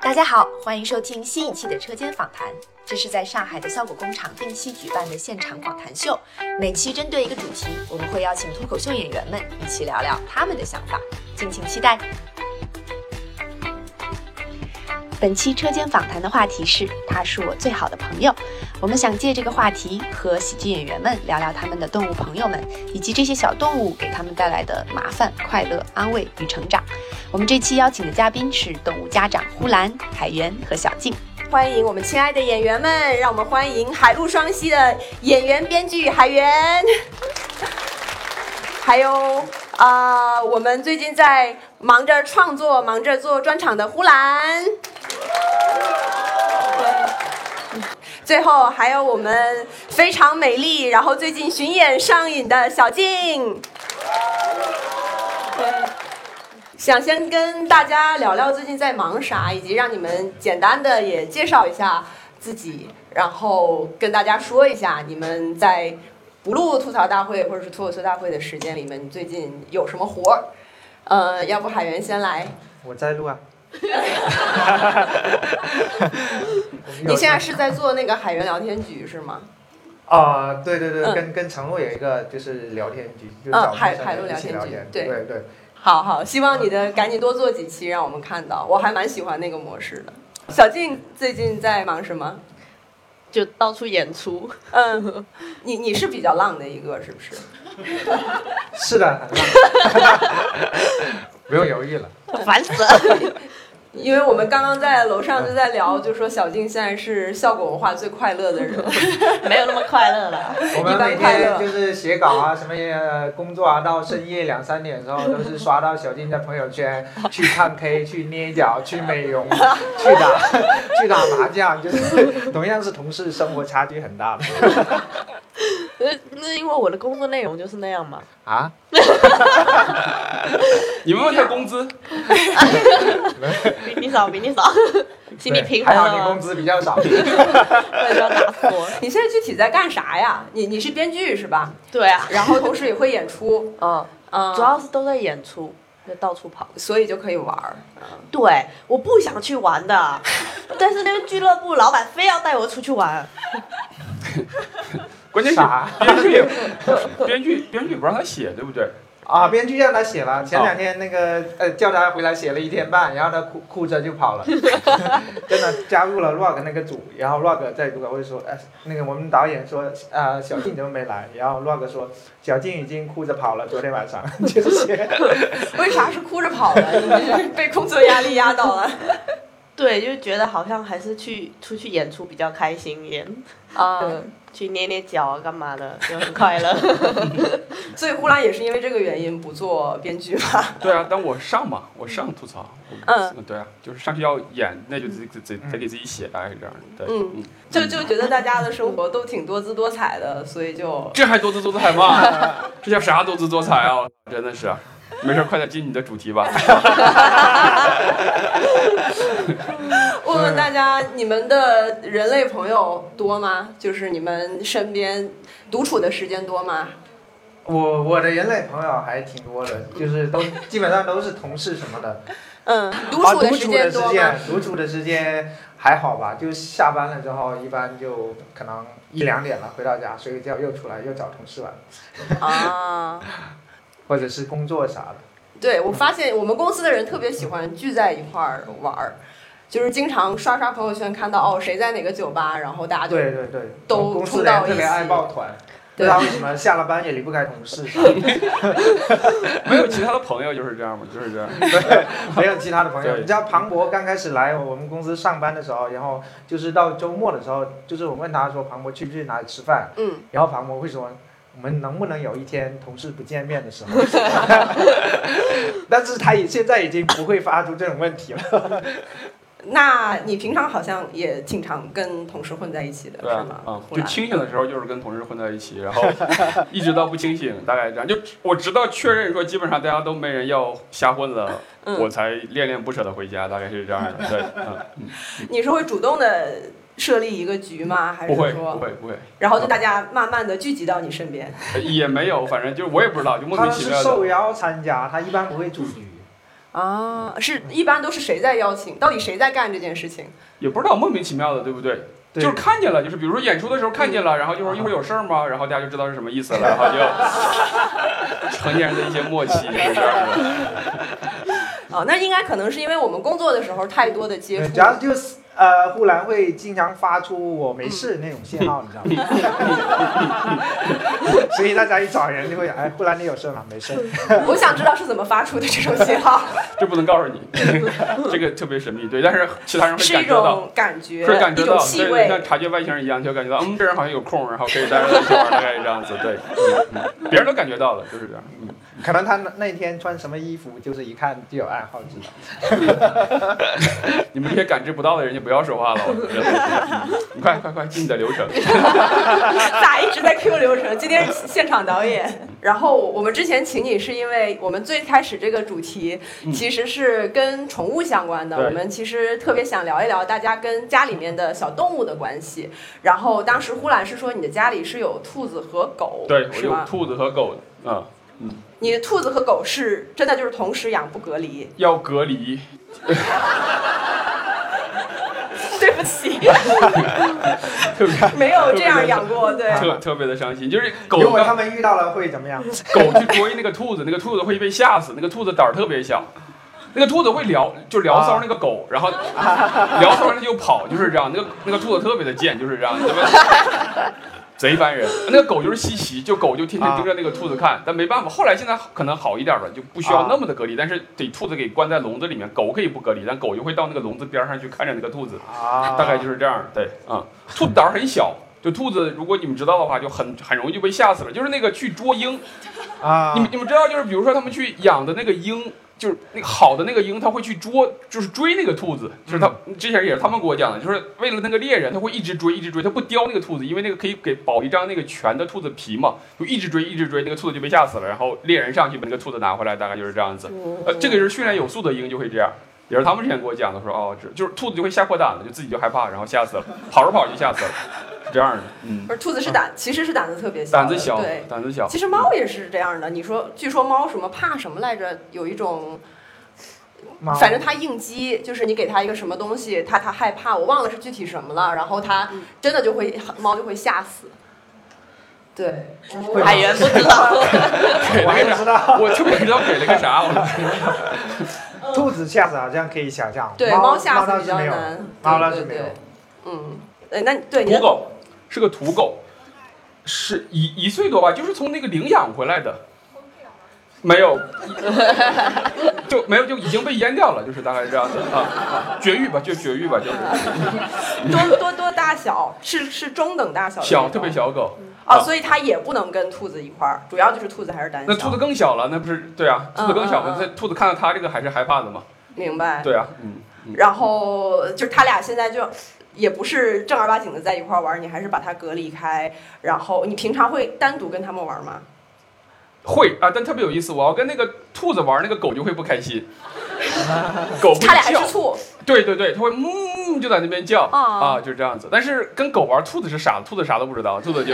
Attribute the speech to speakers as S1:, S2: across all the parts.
S1: 大家好，欢迎收听新一期的车间访谈。这是在上海的效果工厂定期举办的现场访谈秀，每期针对一个主题，我们会邀请脱口秀演员们一起聊聊他们的想法，敬请期待。本期车间访谈的话题是“他是我最好的朋友”，我们想借这个话题和喜剧演员们聊聊他们的动物朋友们，以及这些小动物给他们带来的麻烦、快乐、安慰与成长。我们这期邀请的嘉宾是动物家长呼兰、海源和小静。
S2: 欢迎我们亲爱的演员们，让我们欢迎海陆双栖的演员、编剧海源，还有啊、我们最近在忙着创作、忙着做专场的呼兰。最后还有我们非常美丽，然后最近巡演上瘾的小静。想先跟大家聊聊最近在忙啥，以及让你们简单的也介绍一下自己，然后跟大家说一下你们在不录吐槽大会或者是脱口秀大会的时间里面，你最近有什么活儿？呃，要不海源先来，
S3: 我在 录啊。
S2: 你现在是在做那个海源聊天局是吗？
S3: 啊、对对对，
S2: 嗯
S3: 跟跟陈露有一个就是聊天局，就是
S2: 嗯
S3: 找
S2: 海
S3: 陌生
S2: 海
S3: 人
S2: 陆
S3: 一
S2: 聊
S3: 起
S2: 天
S3: 聊
S2: 局
S3: 天，
S2: 对
S3: 对对。
S2: 好好，希望你的赶紧多做几期让我们看到，我还蛮喜欢那个模式的。小静最近在忙什么？
S4: 就到处演出，
S2: 嗯，你你是比较浪的一个是不是？
S3: 是的，很浪 不用犹豫了。
S4: 烦死了。
S2: 因为我们刚刚在楼上就在聊，就说小静现在是效果文化最快乐的人。
S4: 没有那么快乐了。
S3: 我们每
S2: 一般快乐
S3: 天就是写稿啊，什么也工作啊，到深夜两三点的时候，都是刷到小静在朋友 圈去唱 K、去捏脚、去美容、去打去打麻将，就是同样是同事，生活差距很大的
S4: 那呃那因为我的工作内容就是那样嘛。
S3: 啊。
S5: 你问问他工资，
S4: 比你少，比你少， 心里
S3: 对
S4: 平衡
S3: 还好你
S4: 了
S3: 工
S4: 吗，
S3: 资比较 少。
S4: 不要打死我。
S2: 你现在具体在干啥呀？你你是编剧是吧？
S4: 对啊，
S2: 然后同时也会演 出，
S4: 嗯，
S2: 嗯，
S4: 主要是都在演出，就到处跑。
S2: 所以就可以玩儿。
S4: 对，我不想去玩的， 但是那个俱乐部老板非要带我出去玩。
S5: 关键是
S3: 啥
S5: 编剧也，编剧编剧不让他写，对不对？
S3: 啊，编剧让他写
S4: 哦
S3: 了，前两天那个呃叫他回来写了一天半，然后他哭哭着就 跑了，真的加入了 Rock 那个组，然后 Rock 在组委会说，哎、那个我们导演说，啊、小静怎么没来？然后 Rock 说，小静已经哭着跑了，昨天晚上 就是，
S2: 为啥是哭着跑的？你们是被工作压力压倒了
S4: 对，就觉得好像还是去出去演出比较开心一点，
S2: 啊
S4: 嗯，去捏捏脚啊，干嘛的，就很快乐。
S2: 所以呼兰也是因为这个原因不做编剧嘛。
S5: 对啊，但我上嘛，我上吐槽，
S2: 嗯，
S5: 对啊，就是上去要演，那就自己自己得给自己写啊，这样对，
S2: 嗯
S5: 嗯，
S2: 就就觉得大家的生活都挺多姿多彩的，所以就
S5: 这还多姿多彩吗？ 这叫啥多姿多彩啊？ 真的是，没事儿，快点进你的主题吧。
S2: 问
S3: 啊
S2: 问大家，你们的人类朋友多吗？就是你们身边独处的时间多吗？
S3: 我我的人类朋友还挺多的，就是都基本上都是同事什么的，
S2: 嗯，独
S3: 啊，
S2: 处
S3: 独
S2: 的时
S3: 处的
S2: 间
S3: 时
S2: 多吗
S3: 间？，独处的时间还好吧，就下班了之后，一般就可能一两点了，回到家睡个觉，又出来又找同事玩，
S2: 啊，
S3: 或者是工作啥的。
S2: 对，我发现我们公司的人特别喜欢聚在一块儿玩儿，就是经常刷刷朋友圈看到哦谁在哪个酒吧，然后大啊家就
S3: 对啊对对，
S2: 都
S3: 我们公司
S2: 冲到
S3: 人
S2: 一
S3: 特别
S2: 起
S3: 爱抱团，不
S2: 对
S3: 知道为什么下了班也离不开同事，
S5: 没有其他的朋友就是这样嘛，就是这样。
S3: 没有其他的朋友。
S5: 对
S3: 你知道庞博刚开始来我们公司上班的时候，然后就是到周末的时候，就是我问他说庞博去不去哪里吃饭，
S2: 嗯，
S3: 然后庞博会说。我们能不能有一天同事不见面的 时候？但是他也现在已经不会发出这种问题了。
S2: 那你平常好像也挺常跟同事混在一起的，
S5: 对
S2: 是
S5: 啊
S2: 吗，？
S5: 嗯，
S2: 胡
S5: 就
S2: 兰
S5: 清醒的时候就是跟同事混在一起， 然后一直到不清醒，大概这样。就我直到确认说基本上大家都没人要瞎混了，
S2: 嗯
S5: 我才恋恋不舍的回家，大概是这样的。对，嗯，
S2: 你是会主动的设立一个局吗？还是
S5: 不会不
S2: 说，
S5: 会不会，
S2: 然后就大家慢慢的聚集到你身边？
S5: 呃也没有，反正就是我也不知道，就莫
S3: 他
S5: 名
S3: 们
S5: 其
S3: 是
S5: 妙
S3: 受
S5: 的。
S3: 邀参加，他一般不会组局。
S2: 啊，是一般都是谁在邀请？到底谁在干这件事情？
S5: 也不知道莫名其妙的，对不对？
S3: 对
S5: 就是看见了，就是比如说演出的时候看见了，然后一会儿一会儿有事儿吗？然后大家就知道是什么意思了，然后就成年人的一些默契是这样的。
S2: 啊，那应该可能是因为我们工作的时候太多的接
S3: 对
S2: 触
S3: 主，要就是呃，护栏会经常发出我没事那种信号，你知道吗？嗯 所以大家一找人就会哎，护栏你有事吗？没事。
S2: 我想知道是怎么发出的这种信号，
S5: 这不能告诉你，这个特别神秘。对，但是其他人会
S2: 是一
S5: 感觉到，
S2: 种感觉，
S5: 会感觉
S2: 一种
S5: 到，
S2: 气
S5: 对，像
S2: 味。
S5: 察觉外星人一样，就感觉到，嗯，这人好像有空，然后可以待着玩，大概这样子。对，嗯嗯别人都感觉到了，就是这样。嗯，
S3: 可能他那那天穿什么衣服，就是一看就有暗号知道。
S5: 你们这些感知不到的人就不要说话了，我觉得。嗯你快快快，进你的流程。
S2: 咋一直在 Q 流程？今天是现场导演。 然后我们之前请你是因为我们最开始这个主题
S5: 嗯
S2: 其实是跟宠物相关的，
S5: 对
S2: 我们其实特别想聊一聊大家跟家里面的小动物的关系。然后当时呼兰是说你的家里是有兔子和狗，
S5: 对，我
S2: 是
S5: 有
S2: 吗？
S5: 兔子和狗，嗯，
S2: 你的兔子和狗是真的就是同时养不隔 离？
S5: 要隔离。
S2: 对不 起，
S5: 特别
S2: 没有这样养过，对。
S5: 特特别的伤心，就是狗
S3: 如果他
S5: 刚
S3: 们遇到了会怎么样？
S5: 狗去追那个兔子，那个兔子会被吓死，那个兔子胆儿特别小，那个兔子会撩，就撩骚那个狗，然后撩骚它就跑，就是这样。那个那个兔子特别的贱，就是这样，对吧？ 贼烦人，那个狗就是稀奇，就狗就天天盯着那个兔子看，但没办法，后来现在可能好一点了，就不需要那么的隔离，但是得兔子给关在笼子里面，狗可以不隔离，但狗就会到那个笼子边上去看着那个兔子，
S3: 啊，
S5: 大概就是这样。对，啊、兔子胆儿很小，就兔子，如果你们知道的话，就很很容易就被吓死了。就是那个去捉鹰，
S3: 啊
S5: 你们你们知道，就是比如说他们去养的那个鹰，就是那个好的那个鹰，它会去捉，就是追那个兔子。就是他之前也是他们给我讲的，就是为了那个猎人，他会一直追，一直追，他不叼那个兔子，因为那个可以给保一张那个全的兔子皮嘛，就一直追，一直追，那个兔子就被吓死了。然后猎人上去把那个兔子拿回来，大概就是这样子。
S2: 哦
S5: 呃，这个是训练有素的鹰就会这样。也是他们之前给我讲的，说哦，这就是兔子就会吓破胆了，就自己就害怕，然后吓死了，跑着跑着就吓死了，是这样的，嗯，
S2: 不是兔子是胆，其实是胆子特别小的，
S5: 胆子小
S2: 对，，
S5: 胆子小，
S2: 其实猫也是这样的。你说，据说猫什么怕什么来着？有一种，
S3: 妈
S2: 反正它应激，就是你给它一个什么东西，它它害怕，我忘了是具体什么了，然后它真的就会猫就会吓死。对，
S3: 会
S4: 海源不知道，
S5: 给
S3: 我
S5: 了
S3: 还不
S5: 个啥
S3: 知？ 道，
S5: 我就不知道给了个啥，我
S3: 兔子吓死好像可以想象，
S2: 对，
S3: 猫
S2: 吓
S3: 猫
S2: 死
S3: 倒
S2: 比
S3: 是
S2: 较
S3: 没有，
S2: 难，
S3: 猫倒
S2: 对
S3: 是
S2: 对
S3: 没有
S2: 对，。嗯，哎，那对你
S5: 土
S2: 的
S5: 狗是个土狗，是一一岁多吧，就是从那个领养回来的。没 有，就没有就已经被阉掉了，就是大概这样子啊，啊绝育吧，就绝育吧，就是
S2: 多多多大小是是中等大小的那种，
S5: 小特别小狗，
S2: 哦，
S5: 啊
S2: 所以它也不能跟兔子一块儿，主要就是兔子还是胆小。
S5: 那兔子更小了，那不是对啊，兔子更小
S2: 嗯嗯嗯
S5: 了，那兔子看到它这个还是害怕的嘛，
S2: 明白。
S5: 对啊，嗯，嗯
S2: 然后就是他俩现在就也不是正儿八经的在一块儿玩儿，你还是把它隔离开。然后你平常会单独跟他们玩儿吗？
S5: 会啊，但特别有意思，我要跟那个兔子玩，那个狗就会不开 心，狗会
S2: 他俩还
S5: 叫
S2: 吃，醋，
S5: 对对对，它会嗯就在那边叫
S2: 啊
S5: 啊，就是这样子。但是跟狗玩，兔子是傻，兔子啥都不知道，兔 子就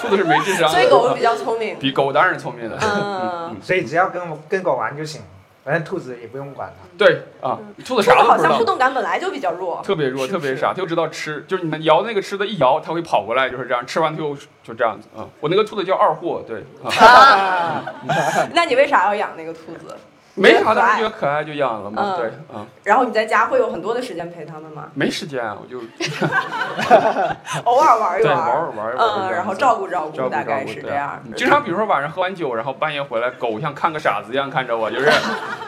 S5: 兔子是没智商的，
S2: 所以狗比较聪明。
S5: 比狗当然聪明的。
S2: 嗯，
S3: 所以只要跟跟狗玩就行，反正兔子也不用管它。
S5: 对啊，兔
S2: 嗯兔子
S5: 子啥都
S2: 好
S5: 不知
S2: 像互
S5: 道，
S2: 动感本来就比较弱。
S5: 特别弱，
S2: 是不
S5: 特
S2: 是
S5: 别傻，它就知道吃，就是你们摇那个吃的，一摇它会跑过来，就是这样，吃完它就就这样子
S2: 嗯
S5: 啊。我那个兔子叫二货，对啊，
S2: 那你为啥要养那个兔子？
S5: 没啥的，觉得可爱就养了嘛，
S2: 嗯
S5: 对啊，
S2: 然后你在家会有很多的时间陪它们 吗？
S5: 没时间啊，我就
S2: 偶尔玩一
S5: 对玩
S2: 玩。
S5: 儿玩儿玩儿，
S2: 嗯，然后照顾照顾，
S5: 照顾
S2: 大概
S5: 照顾
S2: 是
S5: 对啊
S2: 这
S5: 嗯
S2: 样。
S5: 经常比如说晚上喝完酒，然后半夜回来，狗像看个傻子一样看着我，就是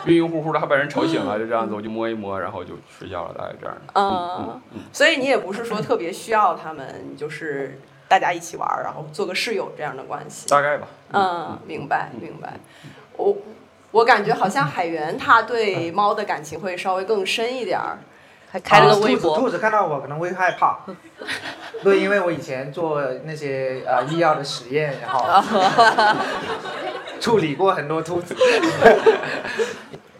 S5: 晕晕乎乎的，还把人吵醒了，就这样子，我就摸一摸，然后就睡觉了，大概这样的。
S2: 嗯，所以你也不是说特别需要他们，就是大家一起玩儿，然后做个室友这样的关系。
S5: 大概吧。
S2: 嗯，明白明白。我我感觉好像海源他对
S3: 嗯
S2: 猫的感情会稍微更深一点儿。
S4: 还开了个微
S3: 啊兔子
S4: 博，
S3: 兔子看到我可能会害 怕，对，因为我以前做那些呃医药的实验，然后 处理过很多兔子，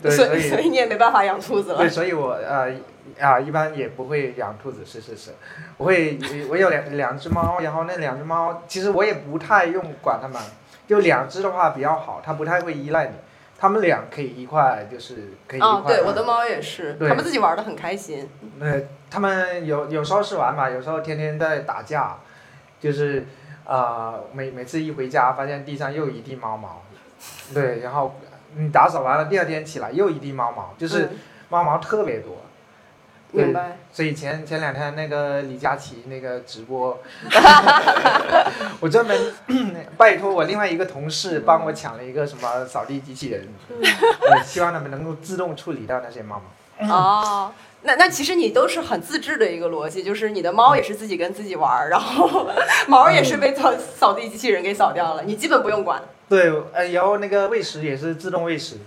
S3: 对，
S2: 所
S3: 所
S2: 以所
S3: 以
S2: 以你也没办法养兔子了
S3: 对，。所以我呃啊，一般也不会养兔子，是是是，我会我有两两只猫，然后那两只猫其实我也不太用管它们，就两只的话比较好，它不太会依赖你，它们俩可以一块就是可以一块。
S2: 啊，对，我的猫也是，
S3: 对
S2: 它们自己玩的很开心。
S3: 呃，他们有有时候是玩嘛，有时候天天在打架，就是啊、每每次一回家发现地上又一地猫毛，对，然后你打扫完了，第二天起来又一地猫毛，就是
S2: 嗯
S3: 猫毛特别多。对
S2: 明白，
S3: 所以前前两天那个李佳琦那个直播，我专门拜托我另外一个同事帮我抢了一个什么扫地机器人，我希望他们能够自动处理掉那些猫毛。
S2: 哦，那那其实你都是很自制的一个逻辑，就是你的猫也是自己跟自己玩儿，然后毛也
S3: 嗯
S2: 是被扫扫地机器人给扫掉了，你基本不用 管，
S3: 对，呃，然后那个喂食也是自动喂食，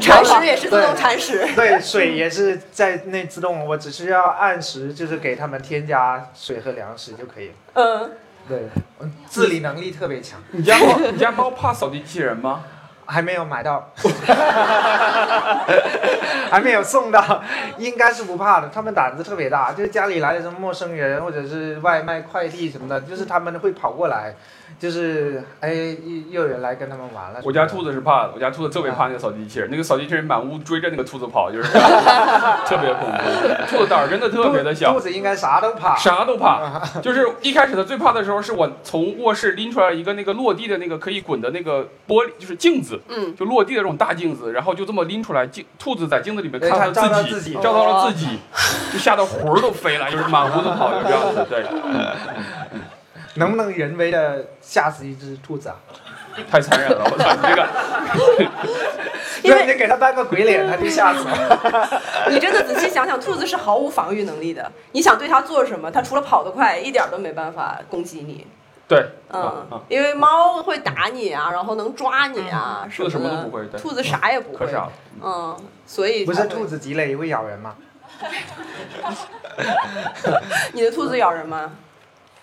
S2: 铲屎也是自动
S3: 对
S2: 铲屎。
S3: 对，水也是在那自动，我只需要按时就是给他们添加水和粮食就可以了。
S2: 嗯，
S3: 对，我自理能力特别强，
S5: 你家猫，你家猫怕扫地机器人吗？
S3: 还没有买到， 还没有送到，应该是不怕的。他们胆子特别大，就是家里来的什么陌生人或者是外卖快递什么的，就是他们会跑过来，就是哎又又有人来跟他们玩了。
S5: 我家兔
S3: 子，
S5: 子是怕的，我家兔子特别怕那个扫地机器人，那个扫地机器人满屋追着那个兔子跑， 就是特别恐怖。兔子胆儿真的特别的小
S3: 兔，子应该啥都怕。
S5: 啥都 怕。就是一开始它最怕的时候，是我从卧室拎出来一个那个落地的那个可以滚的那个玻璃，就是镜子，
S2: 嗯，
S5: 就落地的这种大镜子，然后就这么拎出来，镜兔子在镜子里面
S3: 对
S5: 看
S3: 它照
S5: 到
S3: 到
S5: 自
S3: 自
S5: 己，
S3: 己
S5: 照到了自己，就吓得魂儿都飞了，就是满屋子跑，就这样子，对，
S3: 能不能人为的吓死一只兔子啊？
S5: 太残忍了，我操，你这个。
S2: 因为
S3: 对你给它扮个鬼脸，它就吓死了。
S2: 你真的仔细想想，兔子是毫无防御能力的，你想对它做什么，它除了跑得快，一点儿都没办法攻击你。
S5: 对，啊
S2: 嗯
S5: 啊，
S2: 因为猫会打你啊，然后能抓你啊，
S5: 兔子什
S2: 么
S5: 么都
S2: 的
S5: 不会对
S2: 兔子啥也不
S5: 可啊
S2: 会，
S5: 傻了。
S2: 嗯，所以
S3: 不
S2: 才
S3: 是
S2: 会
S3: 兔，子急了也会咬人吗？
S2: 你的兔子咬人吗？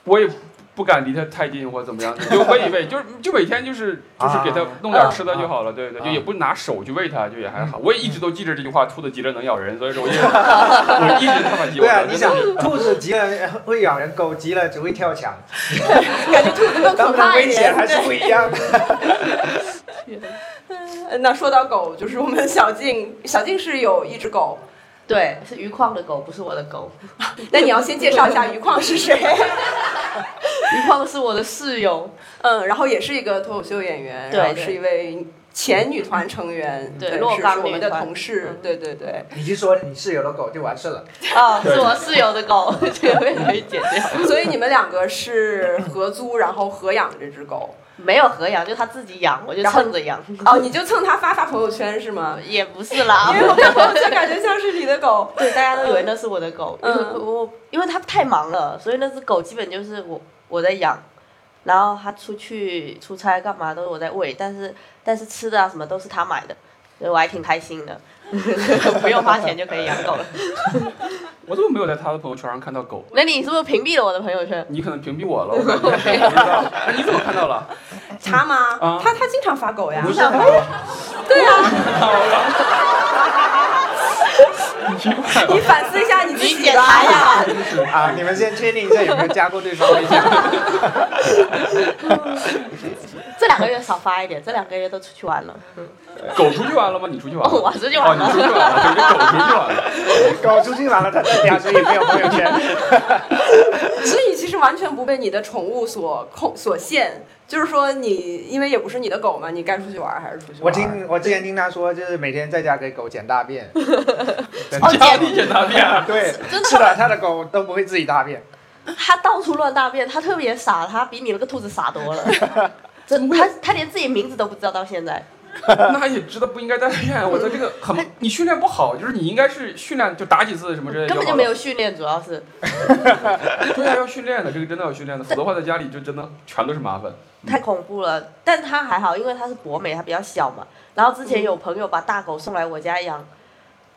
S5: 我也不敢离它太近或者怎么样，就喂一喂，就是就每天就是就是给它
S3: 啊
S5: 弄点吃的就好了，对对，
S3: 啊
S5: 就也不拿手去喂它，就也还好。我也一直都记着这句话，兔子急了能咬人，所以说我 一直我一直他妈急我
S3: 对啊，
S5: 的
S3: 你想，兔子急了 会咬人，狗急了只会跳墙，
S2: 感觉兔子更可
S3: 它们的
S2: 怕一
S3: 危
S2: 点
S3: 险。还是不一样的。
S2: 呃那说到狗，就是我们小静，小静是有一只狗，
S4: 对，是余矿的狗，不是我的狗。
S2: 那你要先介绍一下余矿是谁，
S4: 余矿是我的室友，
S2: 嗯，然后也是一个脱口秀演员，
S4: 对
S2: 然后
S4: 对
S2: 是一位前女团成员，
S4: 对
S2: 是
S4: 洛
S2: 是
S4: 刚
S2: 我们的
S4: 女团
S2: 同事
S4: 嗯，
S2: 对对对，
S3: 你就说你室友的狗就完事了。
S4: 啊，是我室友的狗， 这个被可以剪掉。
S2: 所以你们两个是合租，然后合养这只狗，
S4: 没有合养，就他自己养，我就
S2: 然后
S4: 蹭着养，
S2: 哦，你就蹭它发发朋友圈是吗？
S4: 也不是啦
S2: 因。为我看朋友圈感觉像是你的狗，
S4: 对，大家都以为那是我的狗，因为
S2: 嗯
S4: 我因为它太忙了，所以那只狗基本就是我我在养，然后它出去出差干嘛都是我在喂，但是但是吃的啊什么都是它买的，所以我还挺开心的， 不用花钱就可以养狗了。
S5: 我怎么没有在他的朋友圈上看到狗？
S4: 那你是不是屏蔽了我的朋友圈？
S5: 你可能屏蔽我 了，我感觉我不知道。哎你怎么看到了？
S2: 它吗？
S5: 啊
S2: 它它经常发狗呀
S5: 不，是，啊
S2: 对啊呀，你
S5: 你
S2: 反思一下你自己
S4: 检
S2: 吧
S4: 查呀，
S3: 啊，你们先确定一下有没有加过对方微信。
S4: 这两个月少发一点，这两个月都出去玩了。
S5: 狗出去玩了吗？你出去玩 了？
S4: 我出去玩了
S5: 哦你出去玩了，对你狗出去玩
S3: 狗出去玩了，
S5: 了。
S3: 它在家所以没有朋友圈。
S2: 所以你其实完全不被你的宠物所控所限，就是说你因为也不是你的狗嘛，你该出去玩儿还是出去玩儿。
S3: 我听我之前听他说，就是每天在家给狗捡 大便。
S4: 哦
S5: 家里捡大 便啊，
S3: 对，
S4: 真的
S3: 是的，他的狗都不会自己 大便。
S4: 它到处乱大便，它特别傻，它比你那个兔子傻多了。真它它连自己名字都不知道，到现在。
S5: 那也知道不应该大便。我在这个
S4: 哎
S5: 很，你训练不好，就是你应该是训练就打几次什么之类的，
S4: 根本就没有训练，主要是
S5: 对啊，要训练的，这个真的要训练的，否则的话在家里就真的全都是麻烦。
S4: 太恐怖了。但它还好，因为它是博美，它比较小嘛。然后之前有朋友把大狗送来我家养，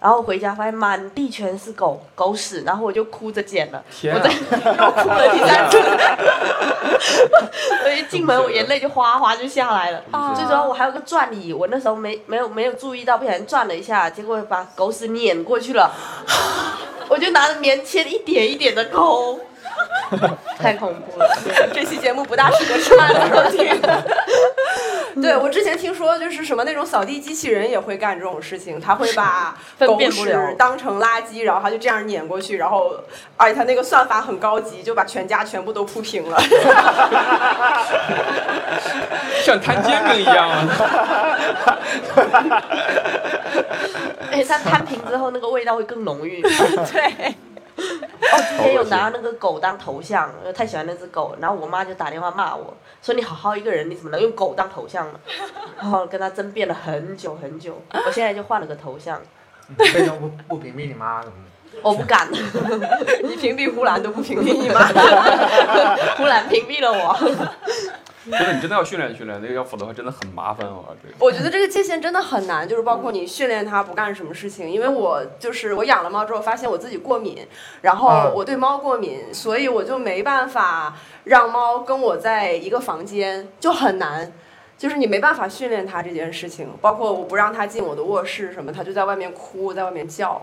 S4: 然后回家发现满地全是狗狗屎，然后我就哭着捡了，
S5: 天
S4: 我
S5: 啊
S4: 在又哭 了第三次，我一进门我眼泪就哗哗就下来了。最主要我还有个转椅，我那时候没没有没有注意到，不小心转了一下，结果把狗屎碾过去 了，我就拿着棉签一点一点的 抠，太恐怖了。
S2: 这期节目不大适合吃饭的时候听。 对我之前听说，就是什么那种扫地机器人也会干这种事情，它会把
S4: 分
S2: 狗
S4: 辨不了
S2: 屎当成垃圾，然后它就这样碾过去，然后而且它那个算法很高级，就把全家全部都铺平了。
S5: 像摊煎饼一样啊！
S4: 而且它摊平之后，那个味道会更浓 郁。
S2: 对，
S4: 之前有拿那个狗当头像，因为太喜欢那只狗，然后我妈就打电话骂我说：“你好好一个人，你怎么能用狗当头 像呢？”然后跟她争辩了很久很久，我现在就换了个头像，
S3: 为什么不不屏蔽你妈什么的？
S4: 我不敢，
S2: 你屏蔽呼兰都不屏蔽你 妈，
S4: 忽然屏蔽了我。
S5: 真的，你真的要训练训练，那个要否则的话真的很麻烦啊！这个
S2: 我觉得这个界限真的很难，就是包括你训练它不干什么事情，因为我就是我养了猫之后发现我自己过敏，然后
S3: 啊
S2: 我对猫过敏，所以我就没办法让猫跟我在一个房间，就很难。就是你没办法训练它这件事情，包括我不让它进我的卧室什么，它就在外面哭，在外面叫。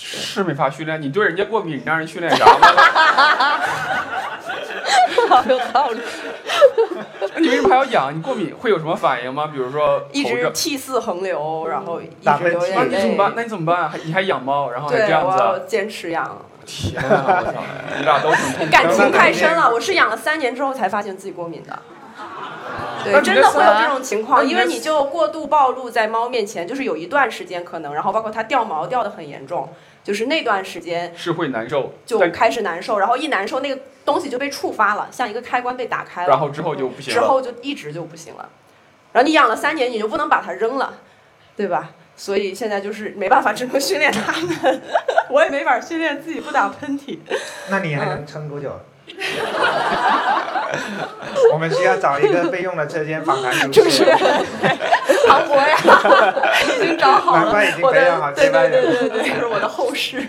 S5: 是没法训练，你对人家过敏，你让人训练啥嘛？
S4: 好有道理，
S5: 那 你为什么还要养？你过敏会有什么反应吗？比如说
S2: 一
S5: 头
S2: 直
S5: 症
S2: 涕泗横流，然后一
S3: 打
S2: 直
S3: 喷
S2: 流
S3: 嚏
S5: 那
S2: 眼
S5: 啊你怎么办？
S2: 泪。
S5: 那你怎么办？还你还养猫，然后还
S2: 对
S5: 这，样
S2: 我
S5: 子
S2: 要
S5: 啊？
S2: 坚持养，
S5: 天啊！ 我操，你俩都挺痛苦。
S2: 感情太深
S3: 那
S2: 了。
S3: 你
S2: 我是养了三年之后才发现自己过敏的。
S5: 那
S2: 对，
S5: 你
S2: 真
S5: 这
S2: 的会有
S5: 三
S2: 这种情
S5: 那
S2: 况，
S5: 你
S2: 因为
S5: 这
S2: 你就过度暴露在猫面前，就是有一段时间可能，然后包括它掉毛掉的很严重，就是那段时间
S5: 是会难受，
S2: 就
S5: 但
S2: 开始难受，然后一难受那个东西就被触发了，像一个开关被打开了，
S5: 然后之后就不行
S2: 之
S5: 了。
S2: 后就一直就不行了。然后你养了三年，你就不能把它扔了，对吧？所以现在就是没办法，只能训练它们。 我也没法训练自己不打喷嚏。
S3: 那你还能
S2: 嗯
S3: 撑多久？ 我们需要找一个备用的车间访谈主 持人，
S2: 庞博呀， 已经找好
S3: 难
S2: 了
S3: 怪已，经
S2: 我
S3: 培养好
S2: 的对
S3: 接班
S2: 对
S3: 人
S2: 对对对，就是我的后世。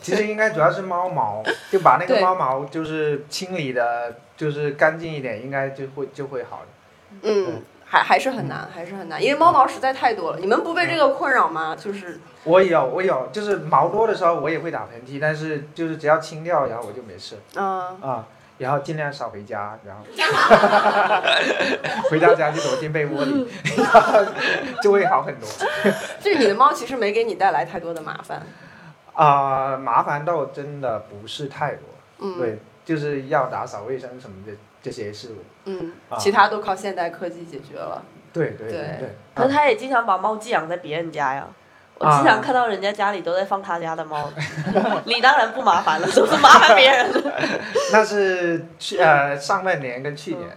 S3: 其实应该主要是猫毛，就把那个
S2: 对
S3: 猫毛就是清理的，就是干净一点，应该就会就会好的。
S2: 嗯，还还是很难，还是很难，因为猫毛实在太多了。你们不被这个困扰吗？就是
S3: 我有我有，就是毛多的时候我也会打喷嚏，但是就是只要清掉，然后我就没事
S2: 嗯，
S3: 啊。然后尽量少回家，然后回到家就躲进被窝里， 就会好很多。
S2: 就是你的猫其实没给你带来太多的麻烦。
S3: 啊、麻烦倒真的不是太多，
S2: 嗯
S3: 对，就是要打扫卫生什么的这些事务。
S2: 嗯，
S3: 啊
S2: 其他都靠现代科技解决了。
S3: 对对
S2: 对
S3: 对，啊
S4: 可是他也经常把猫寄养在别人家呀。我经
S2: 啊
S4: 常看到人家家里都在放他家的猫， 你当然不麻烦了，是不是麻烦别人？
S3: 那是去呃上半年跟去
S2: 嗯
S3: 年，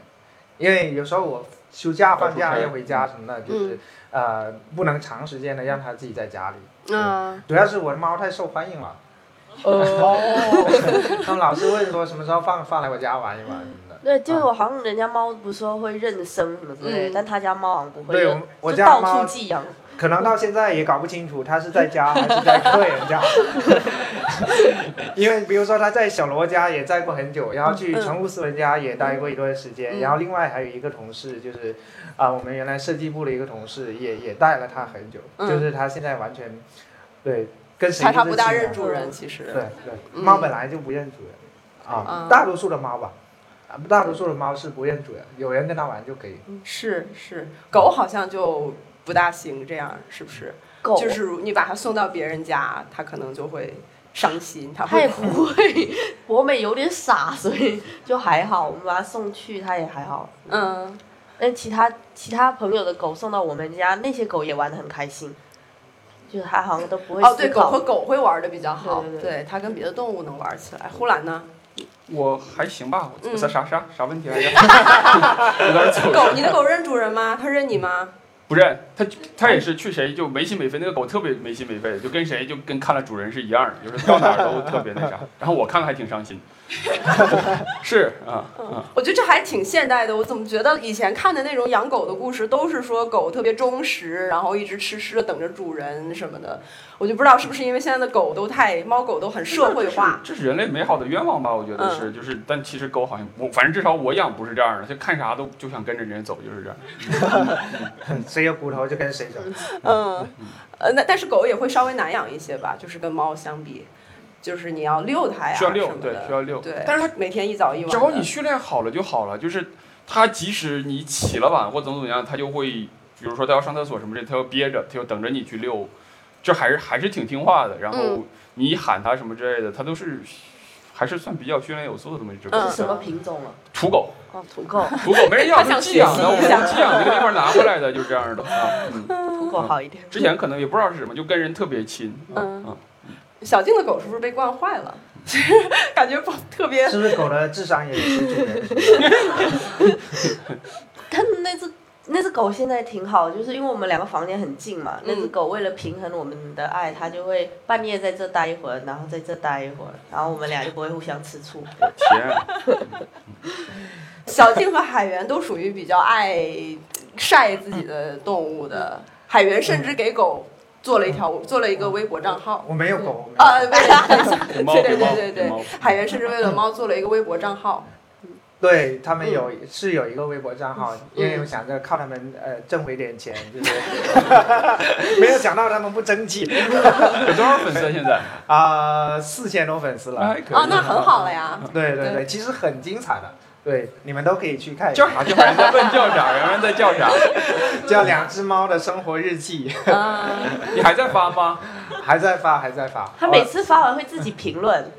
S3: 因为有时候我休假放假要回家什么的，就是、呃不能长时间的让它自己在家里。
S2: 嗯，
S3: 主要是我的猫太受欢迎了，
S2: 哦，
S3: 他们老是问说什么时候放放来我家玩一玩什么的。
S4: 对，就是我好像人家猫不是说会认生什么之类的，
S2: 啊嗯
S4: 但他家猫好像不会
S3: 对，
S4: 认
S3: 我，我
S4: 就
S3: 家
S4: 到处
S3: 猫
S4: 寄养。
S3: 可能到现在也搞不清楚它是在家还是在客人 家，因为比如说它在小罗家也待过很久，然后去陈务斯文家也待过一段时间，
S2: 嗯
S3: 然后另外还有一个同事就是，啊、我们原来设计部的一个同事也也带了它很久，
S2: 嗯
S3: 就是它现在完全，对，跟谁
S2: 它它
S3: 都是
S2: 不大
S3: 亲人
S2: 认主人，其实
S3: 对。对，
S2: 嗯
S3: 猫本来就不认主人，啊
S2: 嗯，
S3: 大多数的猫吧，啊大多数的猫是不认主人，有人跟它玩就可以。
S2: 是是，狗好像就不大行，这样是不是？
S4: 狗
S2: 就是如你把它送到别人家，它可能就会伤心，它
S4: 它也
S2: 会
S4: 不会，博美有点傻，所以就还好，我们把它送去，它也还好。
S2: 嗯，
S4: 但其他其他朋友的狗送到我们家，那些狗也玩得很开心，就是它好像都不会
S2: 哦，
S4: 思
S2: 对，狗
S4: 考。
S2: 和狗会玩的比较好，
S4: 对对对
S2: 对它跟别的动物能玩起来。呼兰呢？
S5: 我还行吧，我
S2: 嗯
S5: 啥啥啥啥问题来着？有点走神
S2: 狗，你的狗认主人吗？它认你吗？
S5: 不是他，他也是去谁就没心没肺。那个狗特别没心没肺，就跟谁就跟看了主人是一样的，就是到哪儿都特别那啥。然后我看了还挺伤心， 是啊啊，
S2: 我觉得这还挺现代的。我怎么觉得以前看的那种养狗的故事，都是说狗特别忠实，然后一直痴痴的等着主人什么的。我就不知道是不是因为现在的狗都太猫狗都很社会化。
S5: 这是人类美好的愿望吧？我觉得
S2: 嗯
S5: 是，就是但其实狗好像我反正至少我养不是这样的，就看啥都就想跟着人走，就是这样。
S3: 谁有骨头就跟谁走。
S2: 嗯，呃，那但是狗也会稍微难养一些吧，就是跟猫相比，就是你要遛它呀，
S5: 需要遛
S2: 什么
S5: 对
S2: 的
S5: 需要遛
S2: 对，
S5: 但是
S2: 它每天一早一晚的，
S5: 只要你训练好了就好了，就是它即使你起了晚或怎么怎么样，它就会，比如说它要上厕所什么的，它要憋着，它要等着你去遛，这还是还是挺听话的。然后
S2: 嗯
S5: 你一喊它什么之类的，它都是还是算比较训练有素的这么一只狗。
S2: 嗯
S4: 是什么品种啊？
S5: 土狗，
S4: 哦，土狗，
S5: 土狗没人
S2: 它
S5: 要，就
S2: 想
S5: 是寄养的，我
S2: 学习
S5: 们
S2: 一下
S5: 从寄养这个地方拿回来的，就是这样的啊。 嗯，
S4: 土狗好一点。
S5: 之前可能也不知道是什么，就跟人特别亲。
S2: 嗯
S5: 啊，
S2: 小静的狗是不是被惯坏了？ 感觉不特别
S3: 是不是狗的智商也是主人？
S4: 但那只那只狗现在挺好，就是因为我们两个房间很近嘛。
S2: 嗯
S4: 那只狗为了平衡我们的爱，它就会半夜在这待一会儿，然后在这待一会儿，然后我们俩就不会互相 吃醋。
S5: 天啊，
S2: 小静和海源都属于比较爱晒自己的动物的，海源甚至给狗做了一条做了一个微博账号。
S3: 我没有狗，我没有狗
S2: 啊，为了
S5: 给猫
S2: 对
S5: 给
S2: 对
S5: 猫
S2: 对对
S5: 给猫
S2: 对，，海源甚至为了猫做了一个微博账号。
S3: 对他们有、
S2: 嗯
S3: 是有一个微博账号，因为我想着靠他们呃挣回 点钱，就是没有想到他们不争气
S5: 有多少粉丝啊现在？
S3: 啊，四、千多粉丝了。
S5: 还可以
S2: 啊，那很好了呀。
S3: 对对
S2: 对
S3: 对，其实很精彩的，对，你们都可以去看一下啊
S5: 叫，啊啥？就好像在问叫啥，然后人在叫 啥。
S3: 叫《两只猫的生活日记》
S2: 嗯，
S5: 你还在发吗？
S3: 还在发，还在发。哦
S4: 它每次发完会自己评论，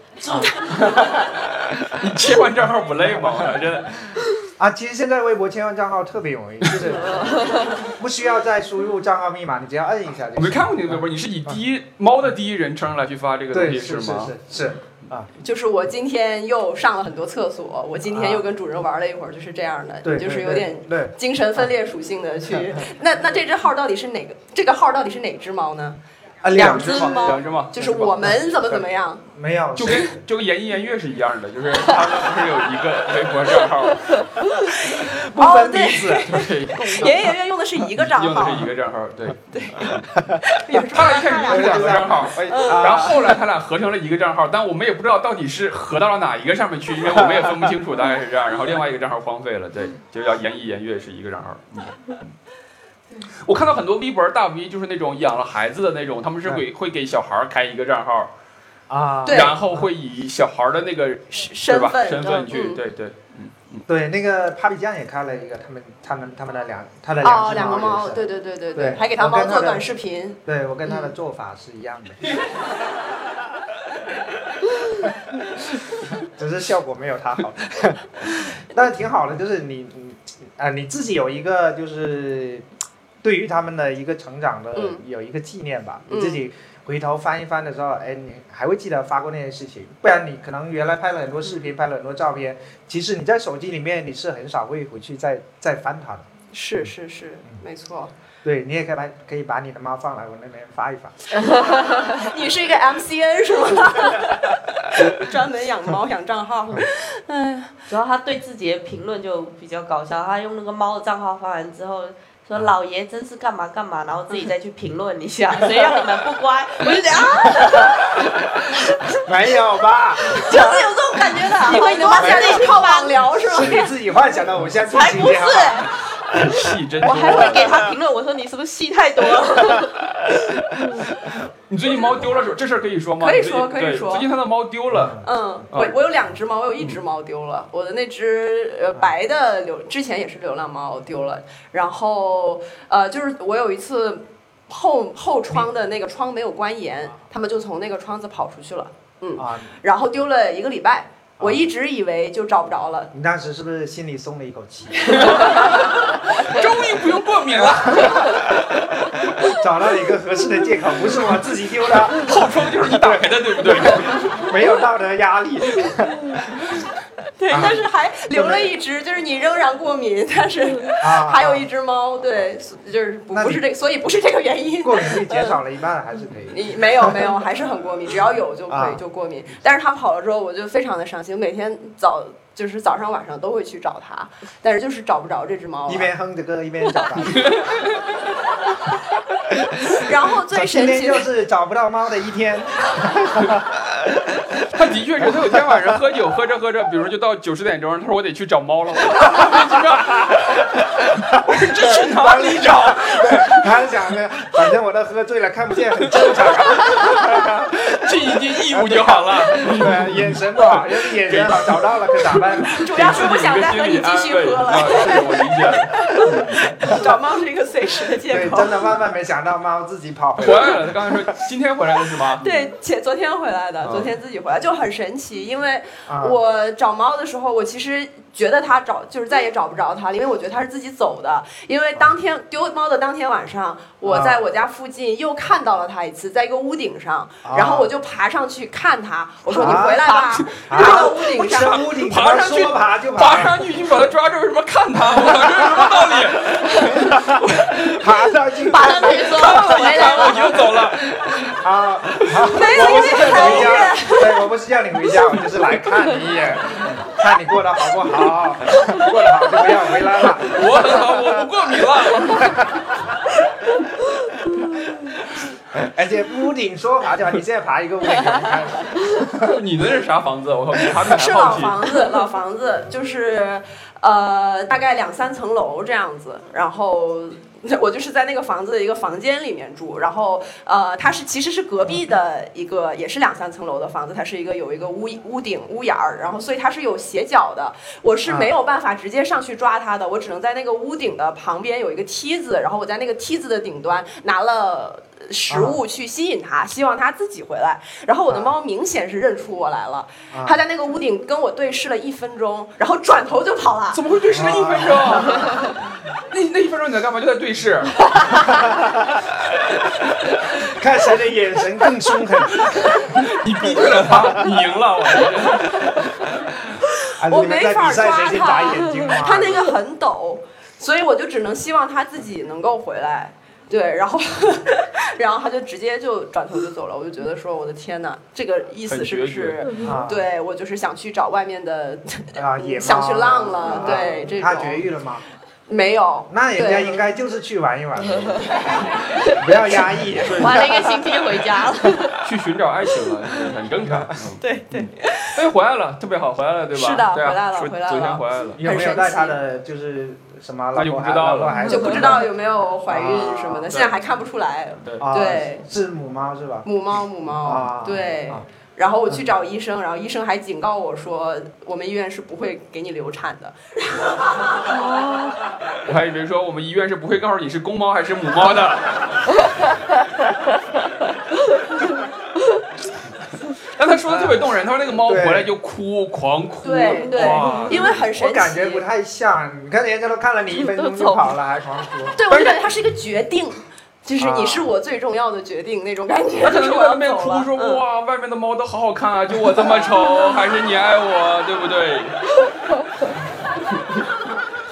S5: 你切换账号不累吗？我真的，
S3: 啊，其实现在微博切换账号特别容易，就是 不需要再输入账号密码，你只要摁一下就行。
S5: 我没看过你的微博，你是以第一猫的第一人称来去发这个东
S3: 对，
S5: 西
S3: 是是
S5: 吗？
S3: 是是，
S2: 就是我今天又上了很多厕所，我今天又跟主人玩了一会儿，就是这样的，
S3: 对，
S2: 你就是
S3: 对
S2: 有
S3: 对
S2: 点
S3: 对。
S2: 精神分裂属性的去。 那那这只号到底是哪个？这个号到底是哪只猫呢？
S3: 啊，
S2: 两
S3: 只
S2: 只
S3: 猫
S2: 猫
S5: 两只吗？
S2: 就是我们怎么怎么样？
S3: 没有，
S5: 就跟就跟言一言月是一样的，就是他们不是有一个微博账号，
S3: 不分彼此。
S5: 对，
S2: 哦爷爷院用的是 一个账
S5: 用
S2: 号
S5: 的，是一个账号，对。
S2: 也不知
S5: 他
S2: 道
S5: 俩一开始用的是两个账号，哎
S2: 啊
S3: 嗯
S5: 然后后来他俩合成了一个账号，但我们也不知道到底是合到了哪一个上面去，因为我们也分不清楚，大概是这样。然后另外一个账号荒废了，
S2: 嗯
S5: 对，就叫言一言月是一个账号。嗯我看到很多微博大 V 就是那种养了孩子的那种，他们是会会给小孩儿开一个账号，
S3: 啊，
S2: 嗯对
S5: 然后会以小孩儿的那个
S2: 身
S5: 对吧
S2: 份
S5: 身份去，
S2: 嗯
S5: 对 对，
S3: 对，那个 Papi 酱也开了一个，他们他们他们的两他的
S2: 哦，
S3: 两只
S2: 两个猫，
S3: 也是
S2: 对对对对
S3: 对
S2: 还给他
S3: 我
S2: 猫
S3: 跟他
S2: 做
S3: 的
S2: 短视频，
S3: 对我跟他的做法是一样的，只是效果没有他好，但是挺好的，就是你你啊、你自己有一个就是对于他们的一个成长的
S2: 嗯
S3: 有一个纪念吧，
S2: 嗯
S3: 你自己回头翻一翻的时候，哎，你还会记得发过那些事情，不然你可能原来拍了很多视频，拍了很多照片，其实你在手机里面你是很少会回去再再翻它的。
S2: 是是是，没错。
S3: 对你也可以把可以把你的猫放来我那边发一发。
S2: 你是一个 MCN 是吗？专门养猫养账号，
S4: 然后他对自己的评论就比较搞笑，他用那个猫的账号发完之后。说老爷真是干嘛干嘛，然后自己再去评论 一下，谁让你们不乖？我就觉得啊，
S3: 没有吧？
S4: 就是有这种感觉的。
S2: 你会发现那是靠网聊是
S3: 是
S2: 吗？
S3: 你自己幻想的偶像剧
S4: 才
S3: 情
S4: 不
S3: 节
S4: 是，
S3: 好不好？
S5: 戏真
S4: 我还
S5: 多。
S4: 会给他评论，我说你是不是戏太多了？
S5: 你最近猫丢了是吧这事儿可以说吗？
S2: 可以说
S5: 你最
S2: 可
S5: 近
S2: 以
S5: 对
S2: 说
S5: 最近他的猫丢了，
S2: 嗯，我我有两只猫，我有一只猫丢了，我的那只呃白的流之前也是流浪猫丢了，然后呃就是我有一次后后窗的那个窗没有关严，它们就从那个窗子跑出去了，
S3: 啊，
S2: 然后丢了一个礼拜，我
S3: 啊
S2: 一直以为就找不着 了，
S3: 你当时是不是心里松了一口气？
S5: 终于不用过敏了，
S3: 找到一个合适的借口，不是我自己丢 的，
S5: 后窗就是你打开的，对不对？
S3: 没有道德压力。
S2: 对，
S3: 啊
S2: 但是还留了一只，就是你仍然过敏，但是
S3: 啊，
S2: 还有一只猫，对，所就是不
S3: 那你
S2: 不是这，所以不是这个原因。
S3: 过敏率减少了一半，还是可以。
S2: 你没有没有，还是很 过敏，只要有就可
S3: 啊
S2: 以就过敏。但是它跑了之后，我就非常的伤心，每天早就是早上晚上都会去找它，但是就是找不着这只猫了
S3: 一边哼着歌一边找它，
S2: 然后 最
S3: 今
S2: 神
S3: 天
S2: 奇的
S3: 就，是找不到猫的一天。
S5: 他的确是，他有天晚上喝酒，喝着喝着，比如就到九十点钟，他说我得去找猫了。 我说我说这去哪里找？
S3: 他想着，反正我都喝醉了，看不见很正常。
S5: 尽一尽义务就好 了。
S3: 对，眼神不好，要是眼神好，找到了可咋办呢？
S2: 主要是不想再和你继续喝了，
S5: 这个我理解了，
S2: 找猫是一个随时的借
S3: 对，
S2: 口
S3: 真。的万万没想到猫自己跑回
S5: 回
S3: 来。
S5: 来了。他刚才说今天回来的是吗？
S2: 对，前昨天回来的，
S5: 嗯
S2: 昨天自己回来就很神奇，因为
S3: 啊，
S2: 我找猫的时候，我其实觉得它找就是再也找不着它了，因为我觉得它是自己走的。因为当天丢猫的当天晚上，我在
S3: 嗯
S2: 我家附近又看到了它一次，在一个屋顶上，
S3: 啊
S2: 然后我就爬上去看它，我说
S3: 啊
S2: 你回来 吧，
S3: 啊
S2: 爬到屋顶上。
S3: 这屋顶怎
S5: 爬
S3: 么
S5: 上去
S3: 说爬就
S5: 爬
S3: 爬，
S5: 上去去把他抓住，为什么看他？我操，这是什么道理？
S3: 爬上去
S4: 爬上去说
S5: 看我
S4: 我
S5: 一
S2: 哎
S4: 回 来
S5: 看我
S4: 了，
S5: 就走了。
S3: 啊！
S2: 没有
S3: 我不是叫你回家，对我不是叫你回家，我就是来看你一眼，看你过得好不好，过得好就不要回来了。
S5: 我很好，我不过敏了。
S3: 而且屋顶说爬就爬，你现在爬一个屋顶，你看
S5: 你那是啥房子？我靠，比他们
S2: 是
S5: 还
S2: 老
S5: 好奇。
S2: 房子，老房子就是，呃，大概两三层楼这样子。然后我就是在那个房子的一个房间里面住，然后呃，它是其实是隔壁的一个，也是两三层楼的房子，它是一个有一个屋屋顶屋檐儿，然后所以它是有斜角的。我是没有办法直接上去抓它的，我只能在那个屋顶的旁边有一个梯子，然后我在那个梯子的顶端拿了。食物去吸引它，希望它自己回来。然后我的
S3: 啊
S2: 猫明显是认出我来了，
S3: 啊
S2: 他在那个屋顶跟我对视了一分钟，然后转头就跑了。
S5: 怎么会对视了一分钟？ 那那一分钟你在干嘛？就在对视。
S3: 看谁的眼神更凶狠。
S5: 你逼退了他，你赢了。我
S3: 啊
S2: 我
S3: 你们
S2: 没
S3: 在
S2: 法
S3: 比赛
S2: 抓
S3: 谁先
S2: 他
S3: 眨眼睛吗？
S2: 他那个很陡，所以我就只能希望他自己能够回来。对，然后， 然后他就直接就转头就走了。我就觉得说，我的天哪，这个意思是不是？
S3: 啊
S2: 对我就是想去找外面的，
S3: 啊，野猫
S2: 想去浪了
S3: 啊
S2: 对这
S3: 他
S2: 种
S3: 绝育了吗？
S2: 没有。
S3: 那人家
S2: 对
S3: 应该就是去玩一玩，不要压 抑。
S4: 玩了一个星期回家了。
S5: 去寻找爱情了，很正常。
S2: 对对，
S5: 哎，回来了，特别好，回来了，对吧？
S2: 是的
S5: 对啊
S2: 回来了
S5: 说
S2: 回来了
S5: 昨天回来了。
S3: 你有没有
S2: 很神
S3: 带
S2: 奇
S3: 他的就是什么老
S5: 那就
S3: 婆
S5: 不
S3: 孩
S5: 知
S3: 子
S5: 道
S3: 老
S5: 了
S3: 婆孩子
S2: 就不知道有没有怀孕什么的，
S3: 啊
S2: 现在还看不出来。
S3: 啊
S2: 对
S3: 是母猫是吧？
S2: 母猫，母猫，
S3: 啊
S2: 对。
S5: 啊
S2: 然后我去找医生，然后医生还警告我说，我们医院是不会给你流产的。
S3: 哦
S5: 我还以为说我们医院是不会告诉你是公猫还是母猫的。 但他说的特别动人，他说那个猫
S3: 对
S5: 回来就哭，狂哭。啊
S2: 对对
S5: 哇，
S2: 因为很神
S3: 我
S2: 奇，
S3: 感觉不太像，你看人家都看了你一分钟就跑了，还狂 哭。
S2: 对我就感觉它是一个决定，就是
S3: 啊
S2: 你是我最重要的决定那种感觉。
S5: 他
S2: 就
S5: 可能
S2: 是
S5: 就
S2: 我
S5: 在
S2: 要
S5: 那边
S2: 走
S5: 哭
S2: 了
S5: 说
S2: 嗯
S5: 哇，外面的猫都好好看啊，就我这么丑，还是你爱我，对不对？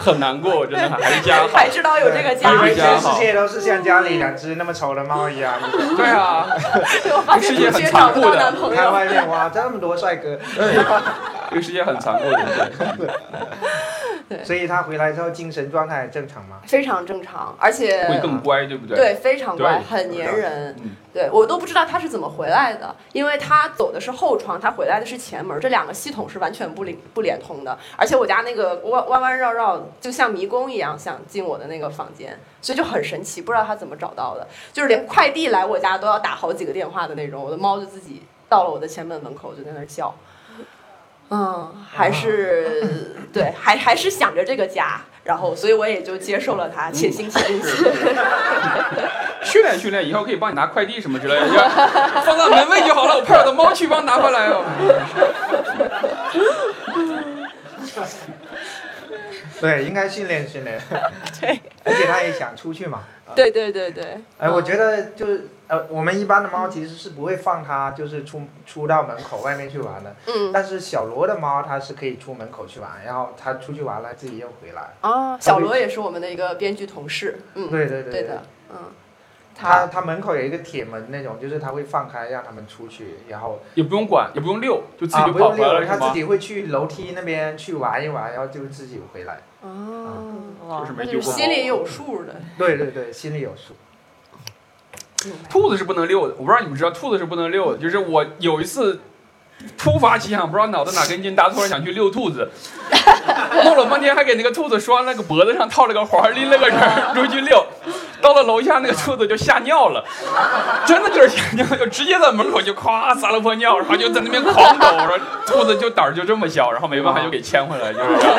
S5: 很难过，我真的还 是家好。
S2: 才知道有这个家
S3: 以为
S5: 对
S3: 全世界都是像家里两只那么丑的猫一样，
S5: 对啊，
S2: 我发现
S5: 世界
S2: 同
S5: 很
S2: 学
S5: 残
S2: 找
S5: 酷
S2: 不
S5: 的
S2: 到男朋
S3: 看
S2: 友。
S3: 外面哇这么多帅哥，
S5: 这个世界很残酷的。对
S3: 所以他回来之后精神状态正常 吗？
S2: 非常正常，而且
S5: 会更乖，对不对？
S2: 对，非常乖，
S5: 对
S2: 很粘人
S5: 嗯。
S2: 对我都不知道他是怎么回来的，因为他走的是后窗，他回来的是前门，这两个系统是完全不连不连通的。而且我家那个弯弯弯绕绕，就像迷宫一样，想进我的那个房间，所以就很神奇，不知道他怎么找到的，就是连快递来我家都要打好几个电话的那种。我的猫就自己到了我的前门门口，就在那儿叫。嗯，还 是对，还还是想着这个家，然后所以我也就接受了它，且行 且珍惜。
S5: 训练训练，以后可以帮你拿快递什么之类的，你看放到门卫就好了。我派我的猫去帮拿回来哦。
S3: 对，应该训练训练，
S6: 对
S3: 而且它也想出去嘛。啊
S6: 对对对对，
S3: 哎，
S2: 嗯
S3: 我觉
S6: 得
S3: 得就是呃，我们一般的猫其实是不会放它就是出出到门口外面去玩的，
S6: 嗯
S3: 但是小罗的猫它是可以出门口去玩，然后它出去玩了自己又回来。
S6: 啊，
S2: 小罗也是我们的一个编剧同事，嗯，
S3: 对对对
S2: 对的，嗯，
S3: 它它门口有一个铁门那种，就是它会放开让它们出去，然后
S5: 也不用管，也不用遛，就自己
S3: 啊
S5: 就
S3: 不
S5: 跑
S3: 用
S5: 回来
S3: 遛，
S5: 了，
S3: 它
S5: 是
S3: 自
S5: 吗？
S3: 己会去楼梯那边去玩一玩，然后就自己回来。
S2: 哦，
S4: 哇
S5: 就是没
S6: 那
S5: 丢
S6: 就
S5: 过
S6: 是
S5: 猫
S2: 心里有数的，
S3: 对对对，心里有数。
S5: 兔子是不能遛的，我不知道你们知道，兔子是不能遛的。就是我有一次突发奇想，不知道脑子哪根筋搭错了，想去遛兔子， 弄了半天还给那个兔子拴那个脖子上套了个环儿，拎了个人儿出去遛。到了楼下，那个兔子就吓尿了，真的就是吓尿，就直接在门口就咵撒了泼尿，然后就在那边狂抖，然后兔子就胆儿就这么小，然后没办法就给牵回来，就是这样。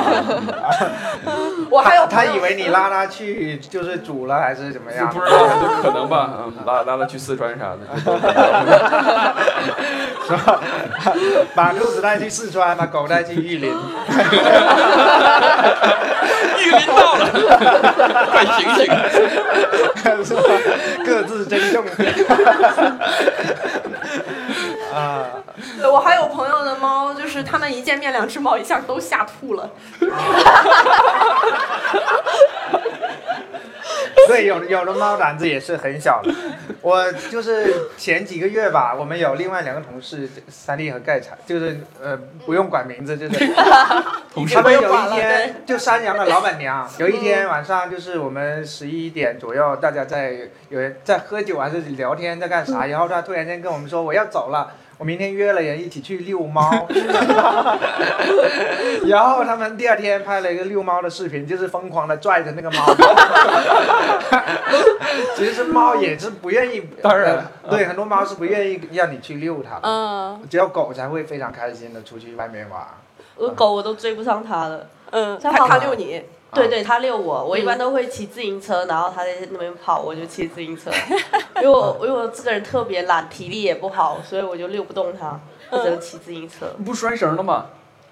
S2: 我还有
S3: 它
S2: 朋友
S3: 以为你拉它去就是煮了还是怎么
S5: 就
S3: 样？
S5: 不知道，就可能吧，嗯，拉拉他去四川啥的。
S3: 是吧？把兔子带去四川，把狗带去玉 林。
S5: 玉林到 了，快醒醒！
S3: 是吧？各自 珍重。 啊，
S2: 对我还有朋友的猫，就是他们一见面，两只猫一下都吓吐了。
S3: 对，有有的猫胆子也是很小的。我就是前几个月吧，我们有另外两个同事，三弟和盖茶，就是呃不用管名字，就是
S5: 同事
S3: 他
S2: 不
S3: 们
S2: 用
S3: 有
S2: 管
S3: 一
S2: 了
S3: 天就山羊的老板娘，有一天晚上就是我们十一点左右，大家在有人在喝酒还是聊天在干啥，然后他突然间跟我们说我要走了。我明天约了人一起去遛猫， 然后他们第二天拍了一个遛猫的视频，就是疯狂的拽着那个猫。 其实猫也是不愿意，
S5: 当然
S3: 呃对，很多猫是不愿意让你去遛它的，
S6: 嗯
S3: 只有狗才会非常开心的出去外面玩。
S4: 我狗我都追不上它了。
S6: 嗯，
S4: 它
S2: 他
S4: 跑
S2: 他遛你，
S4: 对对，它遛我，我一般都会骑自行车，然后它在那边跑，我就骑自行车。 因为我因为我这个人特别懒，体力也不好，所以我就遛不动它，我只能骑自行 车。
S5: 你不拴绳了吗？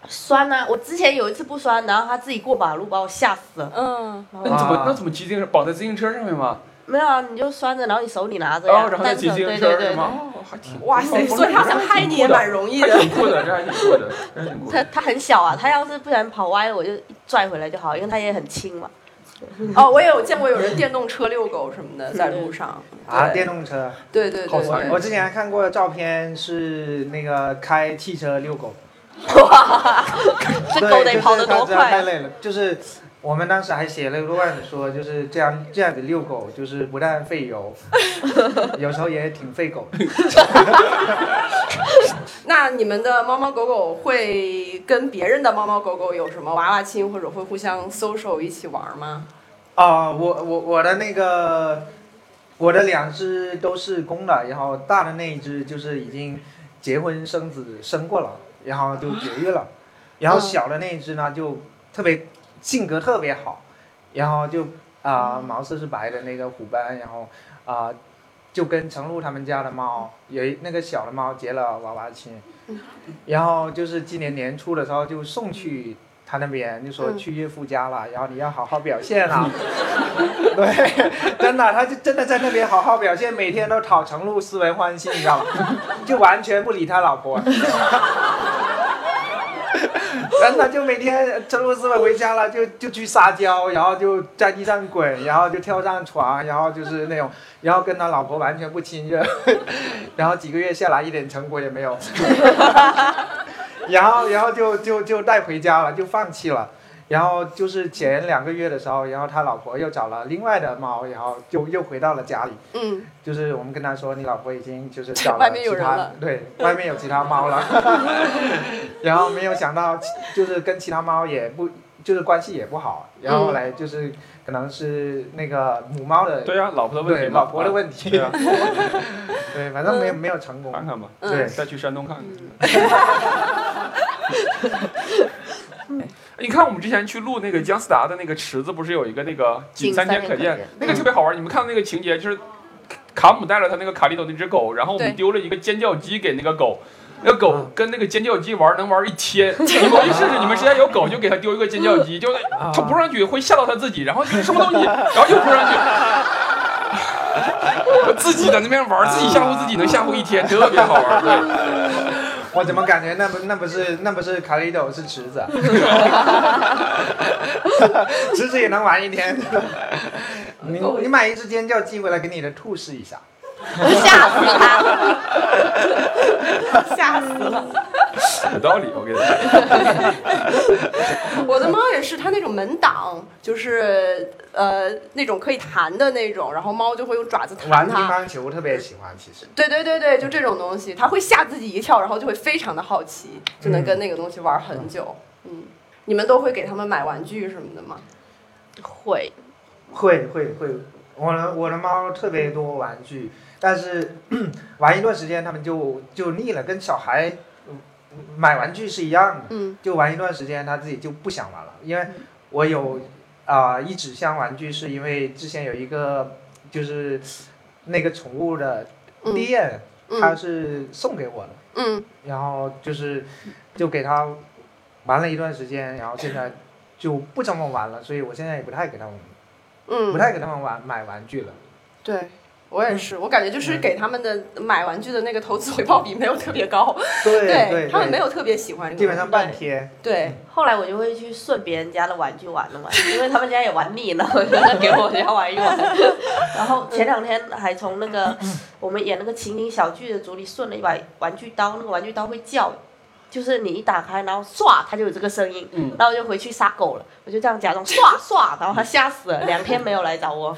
S4: 拴嗯啊！我之前有一次不拴，然后它自己过马路，把我吓死了。
S6: 嗯
S5: 那你怎么
S3: 啊
S5: 那怎么骑自行车？绑在自行车上面吗？
S4: 没有啊，你就拴着，然后你手里拿着
S5: 然
S4: 呀
S5: 哦后，然后再
S4: 单
S5: 骑
S4: 手
S5: 自行
S4: 对对
S5: 车
S4: 对
S5: 是吗
S4: 对。？
S5: 哦，还挺
S2: 哇塞！所以他想害你也蛮容易
S5: 还
S2: 的。
S5: 挺酷的，这还挺酷的，这还挺酷
S4: 它
S5: 的。
S4: 它很小啊，它要是不然跑歪了，我就一拽回来就好，因为它也很轻嘛。
S2: 哦，我也有见过有人电动车遛狗什么的在路上。
S3: 啊，
S2: 对
S3: 电动车，
S2: 对对
S5: 好
S2: 对
S5: 残
S2: 对
S5: 忍
S3: 我之前还看过照片，是那个开汽车遛 狗，
S4: 这
S3: 对
S4: 狗
S3: 就
S4: 得
S3: 是
S4: 跑得
S3: 它
S4: 多
S3: 真的太
S4: 快啊！
S3: 累了。就是我们当时还写了一个段子说，就是这样这样子遛狗，就是不但费油， 有时候也挺费狗。
S2: 那你们的猫猫狗狗会跟别人的猫猫狗狗有什么娃娃亲，或者会互相 social 一起玩吗？
S3: 啊、我我我的那个，我的两只都是公的，然后大的那一只就是已经结婚生子生过了，然后就绝育了，然后小的那一只呢就特别性格特别好，然后就啊、毛色是白的那个虎斑，然后啊、就跟程璐他们家的猫有一那个小的猫结了娃娃亲，然后就是今年年初的时候就送去他那边，就说
S2: 嗯
S3: 去岳父家了，然后你要好好表现啊。对，真的，他就真的在那边好好表现，每天都讨程璐斯文欢心，你知道吗？ 就完全不理他老婆。真的就每天程璐斯文回家了，就就去撒娇，然后就在地上滚，然后就跳上床，然后就是那种，然后跟他老婆完全不亲热， 然后几个月下来一点成果也没有， 然后然后就就就带回家了，就放弃了。然后就是前两个月的时候，然后他老婆又找了另外的猫，然后就又回到了家里。
S2: 嗯，
S3: 就是我们跟他说，你老婆已经就是找
S2: 外
S3: 了
S2: 面
S3: 其
S2: 有人
S3: 他
S2: 了
S3: 对，外面有其他猫 了。然后没有想到，其就是跟其他猫也不就是关系也不好。然后后来就是可能是那个母猫的
S5: 对呀，老婆的问题
S3: 对
S5: 嘛，
S3: 老婆的问题
S5: 对啊，
S3: 对，嗯反正没有没有成功。
S5: 看看吧，
S3: 对，
S5: 再去山东看看。
S4: 嗯
S5: 哎你看我们之前去录那个姜思达的那个池子，不是有一个那个仅三天可
S4: 仅三天
S5: 见，
S3: 嗯
S5: 那个特别好玩。你们看到那个情节，就是卡姆带了他那个卡利多那只狗，然后我们
S2: 对
S5: 丢了一个尖叫鸡给那个狗。那狗
S3: 嗯
S5: 跟那个尖叫鸡玩能玩一 天，你们去试试，你们谁家有狗就给它丢一个尖叫鸡，就
S3: 啊
S5: 它扑上去会吓到它自己，然后就是什么东西，然后又扑上去。 我自己在那边玩，自己吓唬自己，能吓唬一天，特别好玩。对，
S3: 我怎么感觉那不那不是那不是卡里斗是池子啊， 池子也能玩一天。你你买一只尖叫鸡回来给你的兔试一下，
S1: 吓死 他！
S2: 吓死了！
S5: 有道理，我跟你说。
S2: 我的猫也是，它那种门挡就是呃那种可以弹的那种，然后猫就会用爪子
S3: 玩
S2: 弹
S3: 乒
S2: 它。
S3: 乓球特别喜欢，其实。
S2: 对对对对，就这种东西，它会吓自己一跳，然后就会非常的好奇，就能跟那个东西玩很久。嗯，你们都会给它们买玩具什么的吗？
S4: 会，
S3: 会会会，我的我的猫特别多玩具，但是玩一段时间它们就就腻了，跟小孩嗯买玩具是一样的，
S2: 嗯
S3: 就玩一段时间它自己就不想玩了，因为我有啊、一纸箱玩具，是因为之前有一个就是那个宠物的
S2: 嗯
S3: 店，他
S2: 嗯
S3: 是送给我的，
S2: 嗯，
S3: 然后就是就给它玩了一段时间，然后现在就不怎么玩了，所以我现在也不太给它玩。
S2: 嗯
S3: 不太给他们玩买玩具了。
S2: 对。我也是，我感觉
S3: 嗯
S2: 就是给他们的买玩具的那个投资回报比没有特别高，
S3: 对
S2: 嗯他们没，有特别喜欢这个，
S3: 基本上半天。
S2: 对，
S4: 后来我就会去顺别人家的玩具玩了玩，因为他们家也玩腻了， 我就让他给我家玩一玩。然后前两天还从那
S2: 嗯
S4: 个我们演那个情景小剧的组里顺了一把玩具刀，那个玩具刀会叫，就是你一打开，然后唰它就有这个声音，
S5: 嗯
S4: 然后我就回去杀狗了，我就这样假装唰唰，然后它吓死了，两天没有来找我。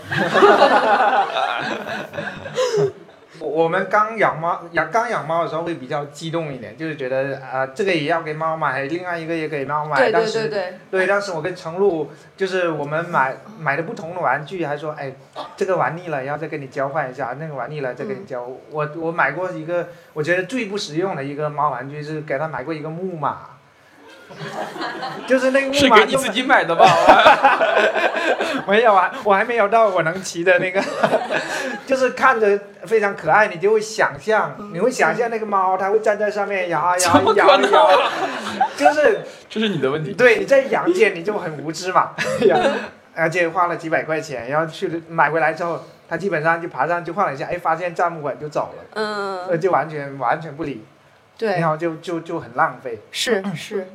S3: 我我们刚养猫养刚养猫的时候会比较激动一点，就是觉得啊、这个也要给猫买，另外一个也给猫买。
S2: 对
S3: 但
S2: 对
S3: 是
S2: 对对，
S3: 对，当时我跟程璐就是我们买买的不同的玩具，还说哎，这个玩腻了，然后再跟你交换一下，那个玩腻了再跟你交。
S2: 嗯
S3: 我我买过一个，我觉得最不实用的一个猫玩具是给他买过一个木马， 就是那个木
S5: 是
S3: 马
S5: 给你
S3: 就
S5: 自己买的吧？
S3: 没有啊，我还没有到我能骑的那个， 就是看着非常可爱，你就会想象，你会想象那个猫，它会站在上面 摇啊摇
S5: 嗯怎么
S3: 啊摇
S5: 可
S3: 啊
S5: 能
S3: 摇啊， 就是
S5: 这是你的问题。
S3: 对你在养姐你就很无知 嘛，而且花了几百块钱，然后去买回来之后，它基本上就爬上去晃了一下，哎，发现站不稳就走了，呃，
S2: 嗯，
S3: 就完全完全不理，
S2: 对
S3: 然，后就就就很浪费。
S2: 是是，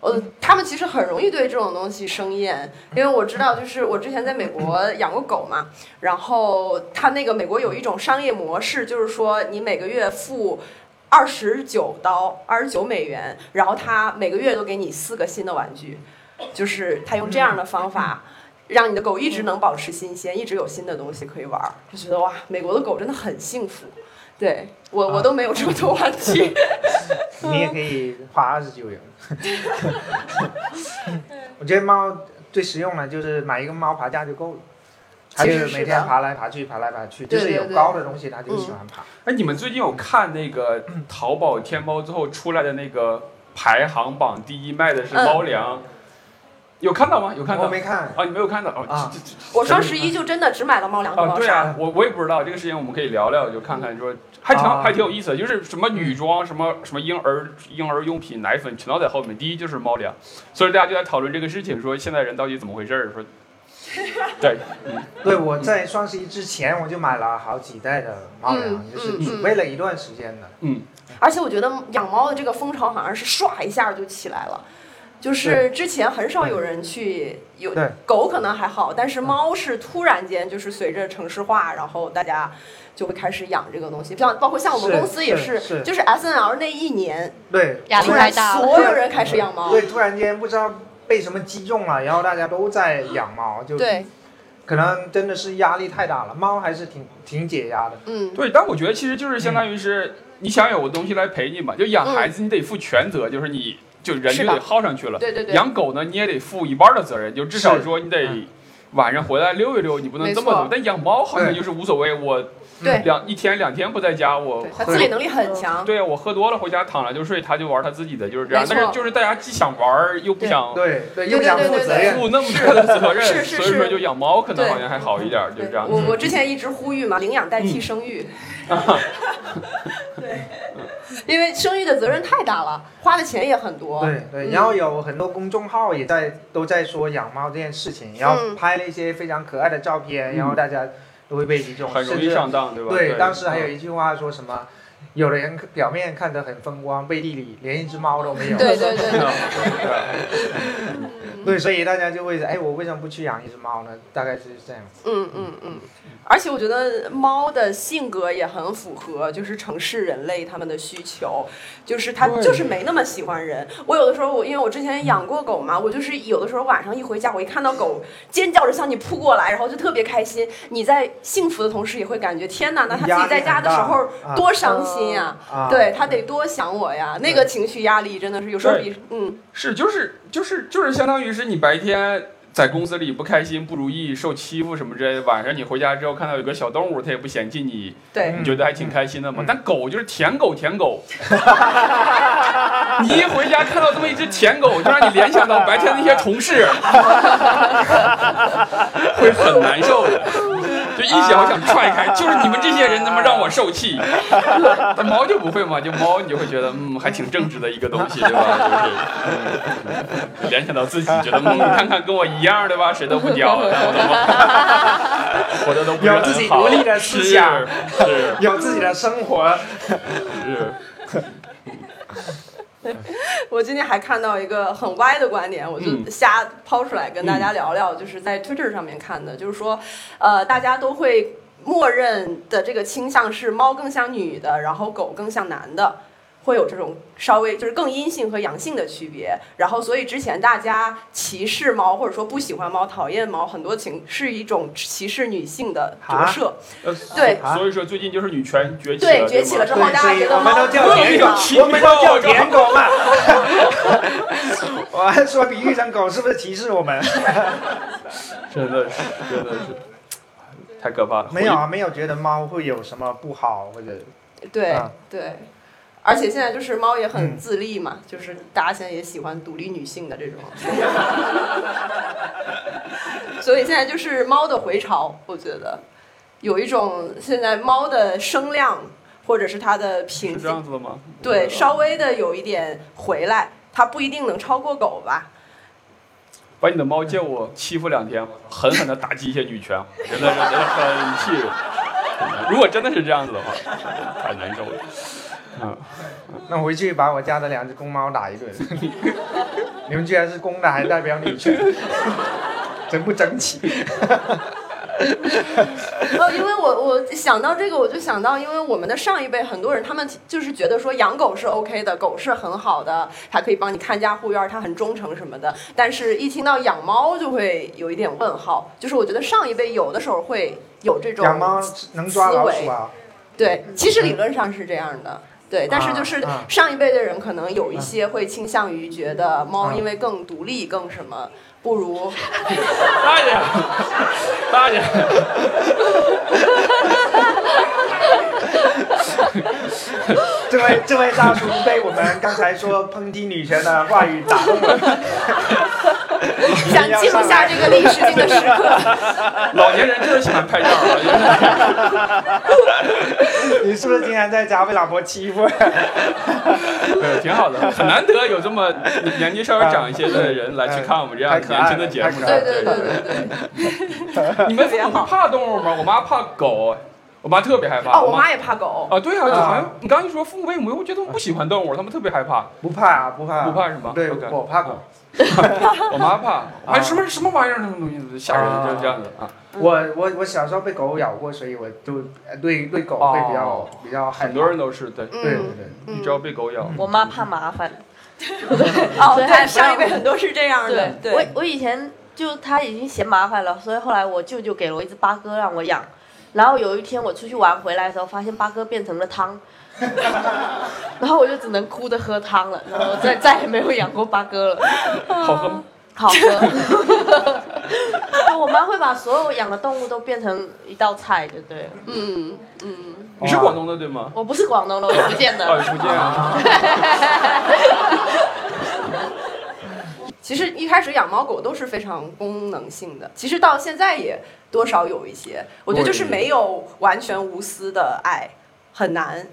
S2: 呃，他们其实很容易对这种东西生厌，因为我知道，就是我之前在美国养过狗嘛，然后它那个美国有一种商业模式，就是说你每个月付。二十九刀，二十九美元，然后他每个月都给你四个新的玩具，就是他用这样的方法，让你的狗一直能保持新鲜，一直有新的东西可以玩儿，就觉得哇，美国的狗真的很幸福。对我，我都没有这么多玩具，
S3: 你
S2: 嗯
S3: 也可以花二十九元。 我觉得猫最实用的就是买一个猫爬架就够了，它
S2: 其
S3: 就
S2: 实
S3: 是
S2: 是
S3: 每天
S2: 的
S3: 爬来爬去，爬来爬去，就
S2: 对
S3: 是
S2: 对嗯
S3: 有
S2: 对
S3: 高的东西它就喜欢爬。
S5: 哎，你们最近有看那个淘宝、天猫最后出来的那个排行榜第一卖的是猫粮，有看到吗？有看
S3: 嗯我
S5: 到
S3: 没看，
S5: 啊？你没有看到哦？
S3: 啊
S5: 这这这
S2: 我双十一就真的只买了猫粮和
S5: 啊，
S2: 猫
S5: 对
S2: 砂。
S5: 啊，我我也不知道这个事情，我们可以聊聊，就看看说还挺
S3: 啊
S5: 还挺有意思的，就是什么女装、什么什么婴儿婴儿用品、奶粉全都在后面。第一就是猫粮，所以大家就在讨论这个事情，说现在人到底怎么回事儿？说
S3: 对我在双十一之前我就买了好几袋的猫粮，
S2: 嗯
S3: 就是
S2: 嗯
S3: 准备了一段时间的。
S2: 而且我觉得养猫的这个风潮好像是唰一下就起来了，就是之前很少有人去有
S3: 对
S2: 狗可能还好，但是猫是突然间就是随着城市化，然后大家就会开始养这个东西，像包括像我
S3: 是
S2: 们公司也
S3: 是是
S2: 就是 S N L 那一年，
S3: 对，
S1: 压力
S3: 突
S2: 突
S1: 太
S3: 然
S2: 然
S1: 大了
S2: 所有人开始养猫，
S3: 对，突然间不知道被什么击中了，然后大家都在养猫，就
S2: 对，
S3: 可能真的是压力太大了。猫还是挺挺解压的。
S2: 嗯，
S5: 对，但我觉得其实就是相当于是你想有个东西来陪你嘛，就养孩子你得负全责，就是你就人就是
S2: 的
S5: 得耗上去了。
S2: 对对对，
S5: 养狗呢，你也得负一半的责任，就至少
S3: 是
S5: 说你
S3: 嗯
S5: 得晚上回来溜一溜，你不能
S2: 没
S5: 这么走
S2: 错。
S5: 但养猫好像
S3: 对
S5: 就是无所谓，我
S2: 对
S5: 两一天两天不在家，我
S2: 对，它自理能力很
S4: 对
S2: 强，
S5: 对我喝多了回家躺着就睡，它就玩它自己的，就是这样
S2: 没。错
S5: 但是就是大家既想玩儿又不想
S3: 对对，
S2: 对
S3: 又想
S2: 对
S3: 负
S2: 对
S3: 责
S2: 对
S3: 任。
S5: 负那么大的责任，
S2: 是是
S5: 所以说
S2: 是
S5: 就养猫可能
S2: 对
S5: 好像还好一点，就
S2: 对
S5: 这样。嗯
S2: 我 我之前一直呼吁嘛，领养代替生育，因为生育的责任太大了，花的钱也很多。
S3: 对对，
S2: 嗯
S3: 然后有很多公众号也在都在说养猫这件事情，然后
S4: 嗯
S3: 拍了一些非常可爱的照片，
S5: 嗯
S3: 然后大家都会被击中，
S5: 很容易
S3: 甚至
S5: 上当，对嗯吧？
S3: 对，当时还有一句话说什么，有的人表面看得很风光，背地里连一只猫都没有。
S2: 对对对，
S3: 对所以大家就会哎，我为什么不去养一只猫呢？大概是这样。
S2: 嗯嗯嗯。而且我觉得猫的性格也很符合，就是城市人类他们的需求，就是它
S5: 对
S2: 就是没那么喜欢人。我有的时候我因为我之前养过狗嘛，我就是有的时候晚上一回家，我一看到狗尖叫着向你扑过来，然后就特别开心。你在幸福的同时，也会感觉天哪，那它自己在家的时候
S3: 啊
S2: 多伤心呀、
S3: 啊，
S2: 对他得多想我呀，那个情绪压力真的是有时候比嗯
S5: 是，就是就是就是相当于是你白天在公司里不开心、不如意、受欺负什么之类的，晚上你回家之后看到有个小动物，它也不嫌弃你，
S2: 对
S3: 嗯
S5: 你觉得还挺开心的嘛。但狗就是舔狗，舔 狗，你一回家看到这么一只舔狗，就让你联 想到白天那些同 事，会很难受的。就一想想踹 开，就是你们这些人他妈让我受气。但猫就不会嘛，就猫你就会觉得嗯，还挺正直的一个东西，对吧？就是、嗯联想到自己，觉得嗯，看看跟我一样，对吧？谁都不屌，但 我他妈活的都不是
S3: 有自己
S5: 很好
S3: 独立的思想
S5: 是是
S3: 有自己的生活。
S5: 是，
S2: 我今天还看到一个很歪的观点，我就
S5: 嗯
S2: 瞎抛出来跟大家聊聊，就是在 Twitter 上面看的，就是说，呃，大家都会默认的这个倾向是猫更像女的，然后狗更像男的。会有这种稍微就是更阴性和阳性的区别，然后所以之前大家歧视猫或者说不喜欢猫、讨厌猫，很多情是一种歧视女性的折射。
S5: 呃
S2: 对
S5: 所所以说最近就是女权崛起了，
S2: 对，崛起了之
S5: 吗
S2: 后，大
S3: 对，
S2: 家
S3: 所以
S2: 觉
S3: 我
S2: 得
S3: 们
S2: 猫
S3: 都叫
S2: 特别
S3: 舔狗
S2: 好。，
S3: 我们都叫舔狗嘛。我还说比喻成狗是不是歧视我们？
S5: 真的是，真的是。太可怕了！
S3: 没有啊，没有觉得猫会有什么不好或者
S2: 对、
S3: 啊
S2: 对，而且现在就是猫也很
S3: 嗯
S2: 自立嘛，就是大家现在也喜欢独立女性的这种， 所以现在就是猫的回潮，我觉得有一种现在猫的声量或者是它的
S5: 是
S2: 品
S5: 这样子的吗？
S2: 对稍微的有一点回来，它不一定能超过狗吧。
S5: 把你的猫借我欺负两天，狠狠的打击一些女权，我真的是真的很气人。如果真的是这样子的话，太难受了。嗯，
S3: 那我回去把我家的两只公猫打一顿。 你们居然是公的，还代表女权， 真不 争气。
S2: 呃，因为我我想到这个，我就想到，因为我们的上一辈很多人，他们就是觉得说养狗是 OK 的，狗是很好的，它可以帮你看家护院，它很忠诚什么的。但是，一听到养猫就会有一点问号，就是我觉得上一辈有的时候会有这种
S3: 养猫能抓老鼠啊？
S2: 对，其实理论上是这样的。对，但是就是
S3: 啊啊嗯
S2: 上一辈的人可能有一些会倾向于觉得猫
S3: 啊
S2: 因为更独立、更什么，不 如
S5: 大爷，大爷，
S3: 这位这位大叔被我们刚才说抨击女权的话语打动了，
S2: 想记录下这个历史性的时 刻。
S5: 老年人就是喜欢拍照啊。
S3: 你是不是经常在家被老婆欺负？哎
S5: 对，挺好的，很难得有这么年纪稍微长一些的人来去看我们这样
S3: 太哎可爱
S5: 年
S3: 了
S5: 轻的节
S3: 太
S5: 目。
S3: 可爱
S2: 对
S3: 了
S2: 对对对对。
S5: 你们父母会怕动物吗？我妈怕狗，哎我妈特别害怕。
S2: 哦，我
S5: 妈
S2: 妈也怕狗。
S5: 啊，对啊，就
S3: 啊
S5: 好像你刚一说父母为母，我觉得我不喜欢动物，他们特别害怕。
S3: 不怕啊，不怕，
S5: 不怕是吗
S3: 对
S5: OK
S3: 我怕狗。
S5: 我妈怕，哎，什么什么玩意儿，什么东西吓人，就是这样子啊。
S3: 我我我小时候被狗咬过，所以我就呃对对狗会比较、
S5: 哦
S3: 比较啊害怕
S5: 很多人都是对，
S3: 对对
S2: 嗯，
S3: 对。
S5: 你只要被狗咬，
S4: 我妈怕 麻烦，
S2: 哦，
S4: 所以还
S2: 对，
S4: 不
S2: 上一
S4: 让
S2: 辈很多是这样的，对，
S4: 我我以前就他已经嫌麻烦了，所以后来我舅舅给了我一只八哥让我养，然后有一天我出去玩回来的时候，发现八哥变成了汤， 然后我就只能哭着喝汤了，然后我再再也没有养过八哥了。
S5: 好喝吗？
S4: 好喝。 我妈会把所有养的动物都变成一道菜，就对了。
S2: 嗯嗯，
S5: 你是广东的对吗？
S4: 我不是广东的，我是福 建
S2: 哦
S5: 啊，
S4: 的。
S5: 福建啊，
S2: 其实一开始养猫狗都是非常功能性的，其实到现在也多少有一些，我觉得就是没有完全无私的爱，很难。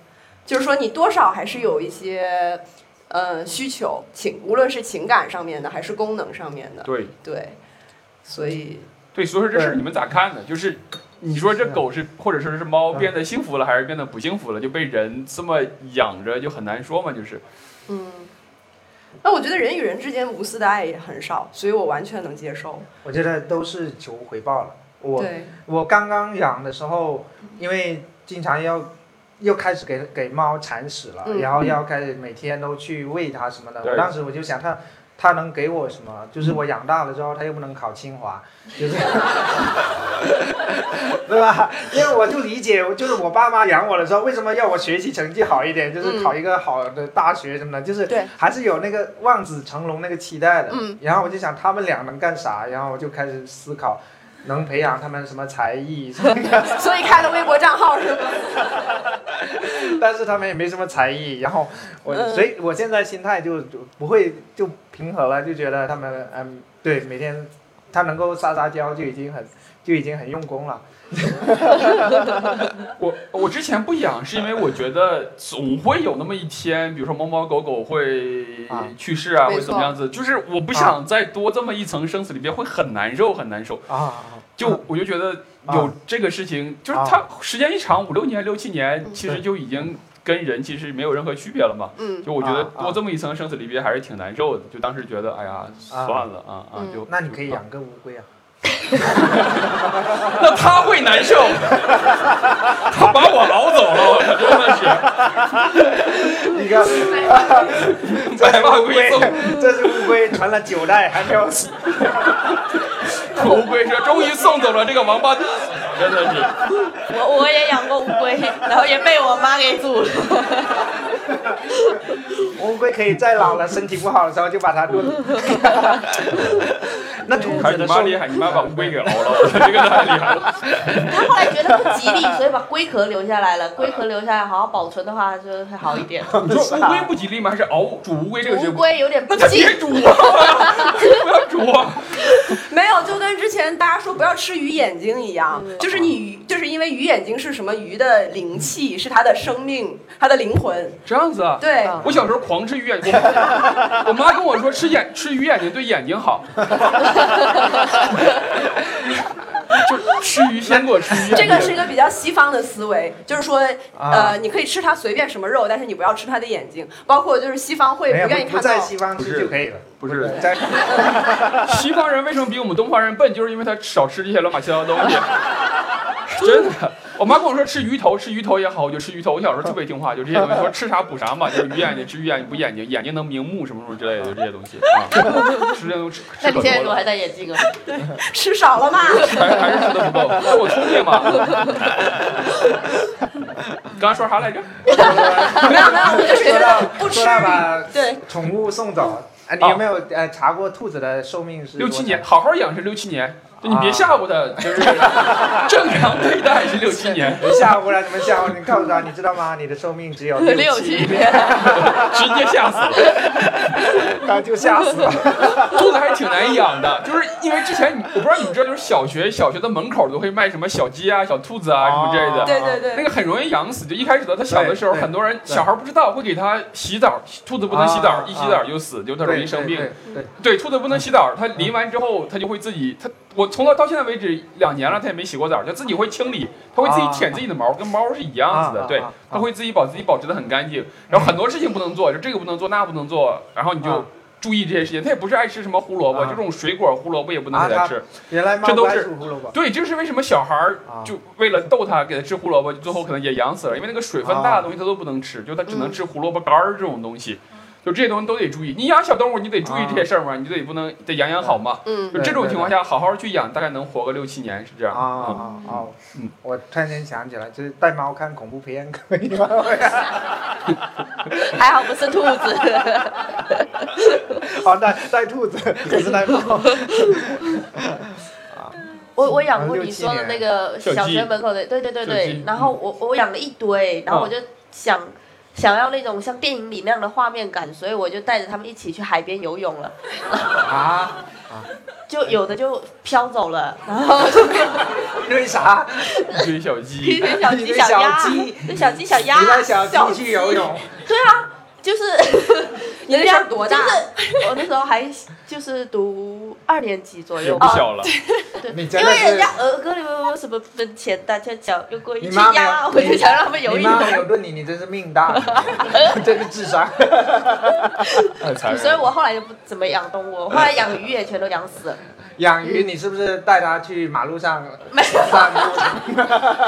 S2: 就是说你多少还是有一些呃需求情，无论是情感上面的还是功能上面的，
S5: 对
S2: 对，所以
S5: 对，所以说这事儿
S3: 对
S5: 你们咋看呢？就是你说这狗是或者说是猫
S3: 嗯
S5: 变得幸福了，还是变得不幸福了？就被人这么养着就很难说嘛，就是
S2: 嗯，那我觉得人与人之间无私的爱也很少，所以我完全能接受。
S3: 我觉得都是求回报了。我
S2: 对，
S3: 我刚刚养的时候，因为经常要又开始给给猫铲屎了，
S2: 嗯
S3: 然后要开始每天都去喂它什么的。
S5: 对
S3: 我当时我就想它。它能给我什么？就是我养大了之后，它又不能考清华，就是，对吧？因为我就理解，就是我爸妈养我的时候，为什么要我学习成绩好一点，就是考一个好的大学什么的，就是
S2: 嗯对
S3: 还是有那个望子成龙那个期待的。
S2: 嗯
S3: 然后我就想他们俩能干啥，然后我就开始思考，能培养他们什么才艺 什么的，
S2: 所以开了微博账号是吧？
S3: 但是他们也没什么才艺。然后我，
S2: 嗯
S3: 所以我现在心态就就不会就平和了，就觉得他们嗯，对，每天他能够撒撒娇就已经很就已经很用功了。
S5: 我我之前不养，是因为我觉得总会有那么一天，比如说猫猫狗狗会
S3: 啊
S5: 去世啊，
S2: 没
S5: 会
S2: 错
S5: 怎么样子，就是我不想再多这么一层生死离别，会很难受，很难受。
S3: 啊，
S5: 就我就觉得有这个事情，就是它时间一长，五六年、六七年，
S3: 嗯
S5: 其实就已经跟人其实没有任何区别了嘛。
S2: 嗯，
S5: 就我觉得
S3: 啊啊
S5: 多这么一层生死离别还是挺难受的，就当时觉得哎呀算了啊啊
S2: 嗯
S5: 就
S3: 那你可以，养个乌龟 啊。
S5: 那他会难受， 他把我捞走了，我真的是
S3: 一个
S5: 百万归送。
S3: 这是乌龟传了九代还没有死，
S5: 乌龟说：“终于送走了这个王八蛋，真的是。
S4: 我我也养过乌龟，然后也被我妈给煮了。
S3: 乌龟可以在老了身体不好的时候就把它炖。 那兔”
S5: 还
S3: 子
S5: 是
S3: 的
S5: 你妈厉
S3: 寿
S5: 害，你妈把乌龟给熬了，我这个太厉害了。
S4: 他后来觉得不吉利，所以把龟壳留下来了。龟壳留下来，好好保存的话，就会好一点。
S5: 你说乌龟不吉利吗？还是熬煮乌龟这个事
S4: 乌？龟有点不
S5: 那他
S4: 吉
S5: 别煮啊！不要 煮啊！
S2: 没有，就跟之前大家说不要吃鱼眼睛一样，就是你鱼，就是因为鱼眼睛是什么鱼的灵气，是它的生命，它的灵魂。
S5: 这样子啊？
S2: 对，
S5: 我小时候狂吃鱼眼睛，我我妈跟我说吃眼吃鱼眼睛对眼睛好， 就是吃鱼先给我吃鱼眼睛。
S2: 这个是一个比较西方的思维，就是说，
S3: 啊
S2: 呃，你可以吃它随便什么肉，但是你不要吃它的眼睛。包括就是西方会
S3: 没有
S2: 不愿意
S3: 不
S2: 看
S3: 在
S2: 到，
S3: 西方
S5: 不
S3: 吃
S5: 是
S3: 就可以了，
S5: 不是
S3: 在
S5: 西方人为什么比我们东方人笨？就是因为他少吃这些乱七八糟的东 西。真的，我妈跟我说吃鱼头，吃鱼头也好，我就吃鱼头。我小时候特别听话，就这些东西，说吃啥补 啥嘛，就是鱼眼睛吃鱼眼睛补眼睛，眼睛能明目什么什么之类的，就这些东 西啊。吃这些东西吃
S4: 那
S5: 吃
S4: 你
S5: 可
S4: 现在怎
S5: 多
S4: 么
S5: 了，
S4: 还戴眼镜啊？
S2: 吃少了嘛。
S5: 还还是吃的不够。那我聪 明嘛？刚才说啥来着？
S2: 没有没有，我就是觉
S3: 说到
S2: 得不吃
S3: 说到把
S2: 对
S3: 宠物送走。啊，你
S5: 啊
S3: 有没有呃查过兔子的寿命是
S5: 六七
S3: 多
S5: 年，
S3: 长？
S5: 好好养是六七年，就你别
S3: 啊
S5: 吓唬它， 就是正常对待是六七年，
S3: 你吓唬了，怎么吓唬？你告诉他，你知道吗？你的寿命只有
S4: 六
S3: 七，
S4: 级，
S5: 直接吓死了。
S3: 他就吓死了。
S5: 兔子还挺难养的，就是因为之前你我不知道你们知道，就是小学小学的门口都会卖什么小鸡啊、小兔子啊什么之类的。
S2: 对对
S5: 那
S2: 对，
S5: 个很容易养死，就一开始的它小的时候，
S3: 哦对对
S5: 很多人小孩不知道会给它洗澡，兔子不能洗澡
S3: 啊，
S5: 一洗澡就死，就它容易生病。
S3: 对，对对
S5: 对，兔子不能洗澡，它淋完之后，它就会自己，它我从到到现在为止两年了，它也没洗过澡，它自己会清理，它会自己舔自己的毛，跟猫是一样子
S3: 啊
S5: 的，
S3: 啊
S5: 对
S3: 啊，
S5: 它会自己保自己保持的很干净，然后很多事情不能做，就这个不能做，那不能做，然后你就
S3: 啊
S5: 注意这些事情。它也不是爱吃什么胡萝卜，
S3: 啊
S5: 就这种水果胡萝卜也不能给它
S3: 啊
S5: 吃。
S3: 原来猫
S5: 这都
S3: 不爱
S5: 是
S3: 吃胡萝卜。
S5: 对，这是为什么小孩儿
S3: 啊
S5: 就为了逗它，给它吃胡萝卜，最后可能也养死了，因为那个水分大的东西它都不能吃，就它只能吃胡萝卜干儿这种东西。
S3: 嗯
S5: 就这些东西都得注意，你养小动物，你得注意这些事儿嘛，你得不能得养养好嘛。
S2: 嗯
S5: 就这种情况下，好好去养，大概能活个六七年，是这样。
S3: 啊
S5: 嗯
S3: 啊啊！
S5: 嗯
S3: 我突然间想起来，就是带猫看恐怖片可以吗？
S4: 还好不是兔子。
S3: 好，带带兔子，可是带猫。
S4: 我我养过你说的那个小学门口的，对对对
S5: 小
S4: 对
S5: 鸡。
S4: 然后我我养了一堆，然后我就想。想要那种像电影里那样的画面感，所以我就带着他们一起去海边游泳了，
S3: 啊！
S4: 就有的就飘走了，然后就
S3: 堆啥？
S5: 一堆小
S4: 一
S5: 鸡，
S4: 堆小
S3: 一
S4: 鸡、
S3: 堆
S4: 小鸭
S3: 小鸡，
S4: 一堆小鸡、小鸭
S3: 你带、小
S4: 小
S3: 鸡去游泳，
S4: 对啊，就是
S2: 你那时候多大？
S4: 就是 我那时候还就是读二年级左
S5: 也
S4: 右
S5: 不
S4: 吧，
S5: 小了。
S3: 你
S4: 因
S3: 真的
S4: 为人
S3: 是
S4: 家。儿歌里面有什么分钱大家脚又过一
S3: 你
S4: 只
S3: 妈没
S4: 鸭，
S3: 有，
S4: 我就想让他们游
S3: 你
S4: 一
S3: 妈没
S4: 游。
S3: 有论你，你真是命大， 这是智商。
S5: 太残忍了
S4: 所以我后来就不怎么养动物，我后来养鱼也全都养死了。
S3: 养鱼，你是不是带它去马路上
S4: 没有，
S3: 散步？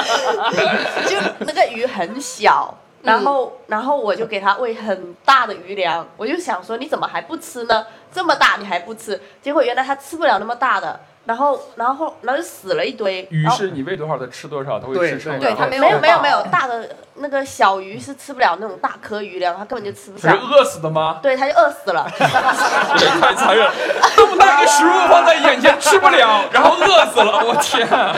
S4: 就那个鱼很小，然后然后我就给它喂很大的鱼粮，我就想说你怎么还不吃呢？这么大你还不吃？结果原来它吃不了那么大的，然后然后然后就死了一堆。
S5: 鱼
S4: 然后
S5: 是你喂多少它吃多少，它会
S3: 对
S5: 吃剩
S3: 对
S5: 的。
S2: 它
S4: 没
S2: 没
S4: 有
S2: 有
S4: 没有
S2: 饱
S4: 没有大的那个小鱼是吃不了那种大颗鱼粮，它根本就吃不
S5: 它
S4: 下
S5: 是。饿死的吗？
S4: 对，它就饿死 了。
S5: 太残 忍了！这么大一个食物放在眼前吃不了，然后饿死了，我天！啊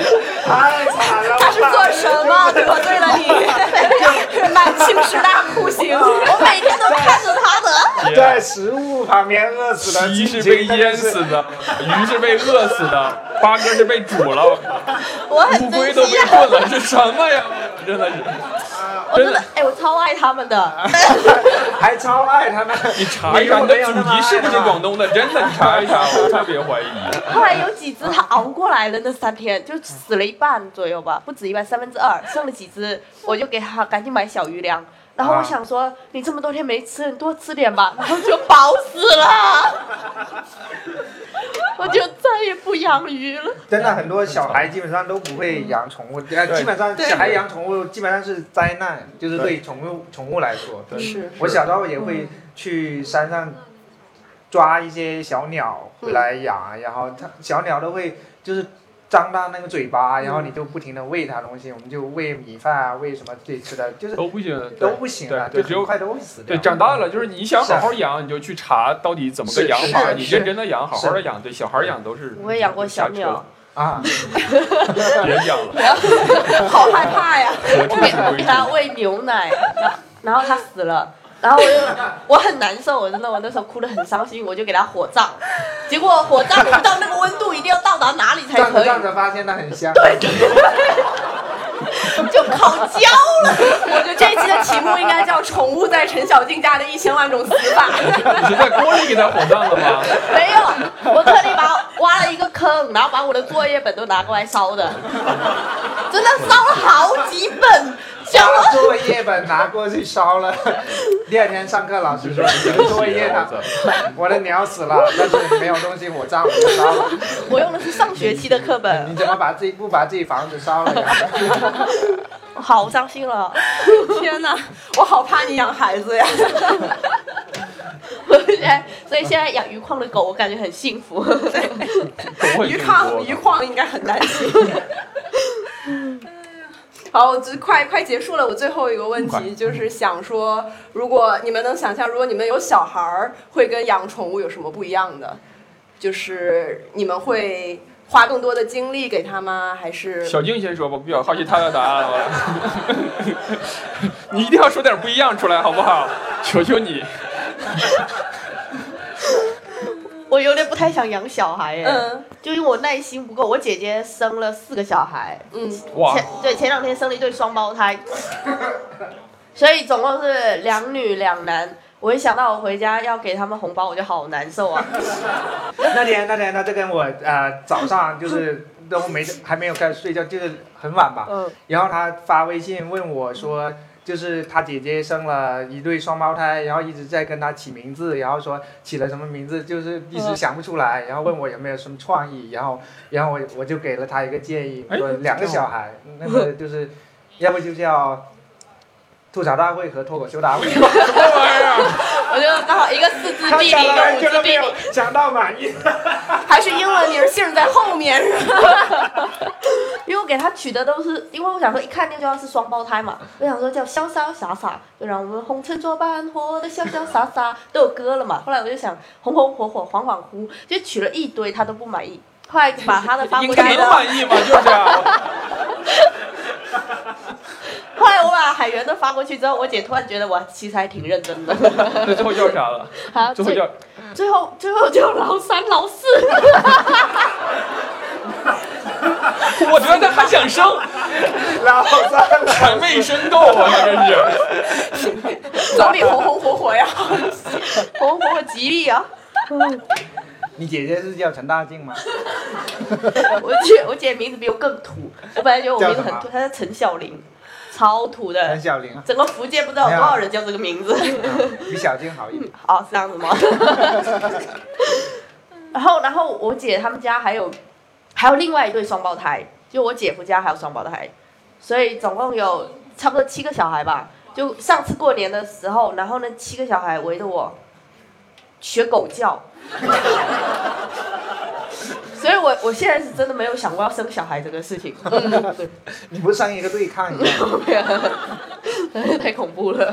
S3: 太惨了！
S2: 他是做什么得罪了你？满清十大酷 刑。
S4: 我每天都看着它的。
S3: 在食物旁边饿死的
S5: 鸡
S3: 鸡
S5: 是被淹死的，鱼是被饿死的，八哥是被煮了，
S4: 我很
S5: 乌龟
S4: 珍
S5: 都
S4: 惜
S5: 被
S4: 啊，
S5: 炖了，这什么呀？真的是，
S4: 我真
S5: 真
S4: 的
S5: 的
S4: 哎、我超爱他们 的。
S3: 还超爱他们。
S5: 你查一查你的祖籍是不是广东的？真的，你查一查，我特别怀疑。
S4: 后来有几只它熬过来了，那三天就死了一半左右吧，不止一半，三分之二，剩了几只，我就给它赶紧买小鱼粮。然后我想说，你这么多天没吃，你多吃点吧，然后就饱死了。 我就再也不养鱼了。
S3: 真的很多小孩基本上都不会养宠物，呃，
S5: 对
S3: 基本上小孩养宠物基本上是灾难，就是对宠物宠物来说。
S5: 对
S2: 是
S3: 我小时候也
S4: 嗯
S3: 会去山上抓一些小鸟
S4: 嗯
S3: 回来养，啊然后它小鸟都会就是张大那个嘴巴，啊然后
S4: 嗯
S3: 你就不停的喂它东西，我们就喂米饭啊，喂什么自己吃的，就是
S5: 都不行，
S3: 都不行了，
S5: 对对
S3: 就
S5: 只有
S3: 很快都会死掉。
S5: 对，长大了就是你想好好养，你就去查到底怎么个养法，
S3: 是是
S5: 你
S3: 是
S5: 认真的养，好好的养。对，小孩养都是。
S4: 我也养过小鸟，
S3: 啊，
S5: 别养了，
S4: 好害怕呀！
S5: 可耻之
S4: 我
S5: 归
S4: 给它喂牛奶，然后然后它死了，然后我就我很难受，我真的我那时候哭得很伤心，我就给它火葬，结果火葬我不知道那个温度一定要到达哪里才
S3: 站
S4: 可
S3: 着
S4: 以，
S3: 站着发现它很 香。
S4: 就烤焦了。
S2: 我觉得这一期的题目应该叫《宠物在陈小静家的一千万种死法》。
S5: 你是在锅里给它火葬 了吗？
S4: 没有，我特地把挖了一个坑，然后把我的作业本都拿过来烧的，真的烧了好几本，想了
S3: 把作业本拿过去烧了，第二天上课老师说你的作业呢？我的鸟死了，但是没有东西火葬，我就烧了。
S4: 我用的是上学期的课本
S3: 你， 怎么把自己不把自己房子烧了呀？
S4: 好伤心 了。
S2: 天哪，我好怕你养孩子呀！
S4: 我现在，所以现在养鱼矿的狗，我感觉很幸福。
S5: 不会
S2: 余
S5: 听
S2: 矿
S5: 锅
S2: 余矿应该很担心。 好，我这快快结束了。我最后一个问
S5: 快嗯
S2: 题就是想说，如果你们能想象，如果你们有小孩儿，会跟养宠物有什么不一样的？就是你们会花更多的精力给他吗？还是
S5: 小静先说吧，我比较好奇她的答案了。 你一定要说点不一样出来，好不好？求求你，
S4: 我有点不太想养小孩耶，
S2: 嗯
S4: 就因为我耐心不够。我姐姐生了四个小孩，
S2: 嗯
S5: 哇，
S4: 前对前两天生了一对双胞胎，所以总共是两女两男。我一想到我回家要给他们红包，我就好难受啊！
S3: 那天那天他就跟我呃早上就是都没还没有开始睡觉，就是很晚吧。
S4: 嗯，
S3: 然后他发微信问我说，就是他姐姐生了一对双胞胎，然后一直在跟他起名字，然后说起了什么名字，就是一直想不出来，
S4: 嗯
S3: 然后问我有没有什么创意，然后然后我我就给了他一个建议，
S5: 哎
S3: 说两个小 孩，那个就是，要不就叫。吐槽大会和脱口秀 大会，
S5: 什么玩意儿？啊
S4: 我就刚好一个四肢
S3: 他
S4: 必
S3: 想
S4: 理，一
S3: 了
S4: 个五
S3: 半天
S4: 肢
S3: 都
S4: 必
S3: 没有
S4: 理。
S3: 想到满意。
S2: 还是英文名姓在后面是吧？
S4: 因为我给他取的都是，因为我想说一看就知道是双胞胎嘛，我想说叫潇潇洒洒，就让我们红尘作伴，活得潇潇洒洒，都有歌了嘛。后来我就想红红火火，恍恍惚，就取了一堆，他都不满意。后来把他的发过
S5: 应
S4: 去
S5: 该能满意吗？就是啊，
S4: 后来我把海源的发过去之后，我姐突然觉得我其实还挺认真的。
S5: 那最后叫啥了？
S4: 好，
S5: 最后叫
S4: 最后最后就老三老四，
S5: 我觉得还想生，
S3: 老三了，
S5: 还没生够啊，这真是。
S2: 总得红红火火呀。
S4: 红红吉利啊！
S3: 你姐姐是叫陈大静 吗？
S4: 我姐我姐名字比我更土，我本来觉得我名字很
S3: 叫什
S4: 土，
S3: 么
S4: 她叫陈小玲，超土
S3: 陈
S4: 的，
S3: 小玲啊，
S4: 整个福建不知道有多少人叫这个名字。
S3: 比小静好 一点。
S4: 哦，是这样子吗？ 然后，然后我姐他们家还有还有另外一对双胞胎，就我姐夫家还有双胞胎，所以总共有差不多七个小孩吧。就上次过年的时候，然后呢，七个小孩围着我学狗叫，所以我我现在是真的没有想过要生小孩这个事情，
S2: 嗯
S3: 你不上一个对抗一下？
S4: 太恐怖了。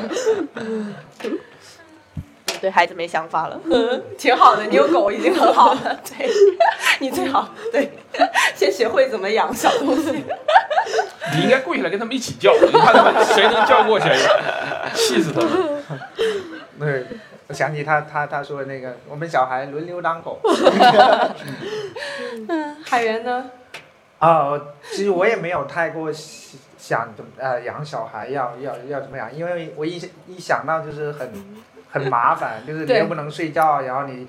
S4: 对孩子没想法了。
S2: 挺好的，你有狗已经很好 了。对，你最好对，先学会怎么养小东西。
S5: 你应该跪下来跟他们一起叫，你看他们谁能叫过谁，气死他们！
S3: 对，我想起他他他说的那个，我们小孩轮流当 狗。
S2: 海源呢？
S3: 啊、其实我也没有太过想想怎么呃养小孩要要要怎么养，因为我一一想到就是很 很麻烦，就是你
S2: 对
S3: 又不能睡觉，然后你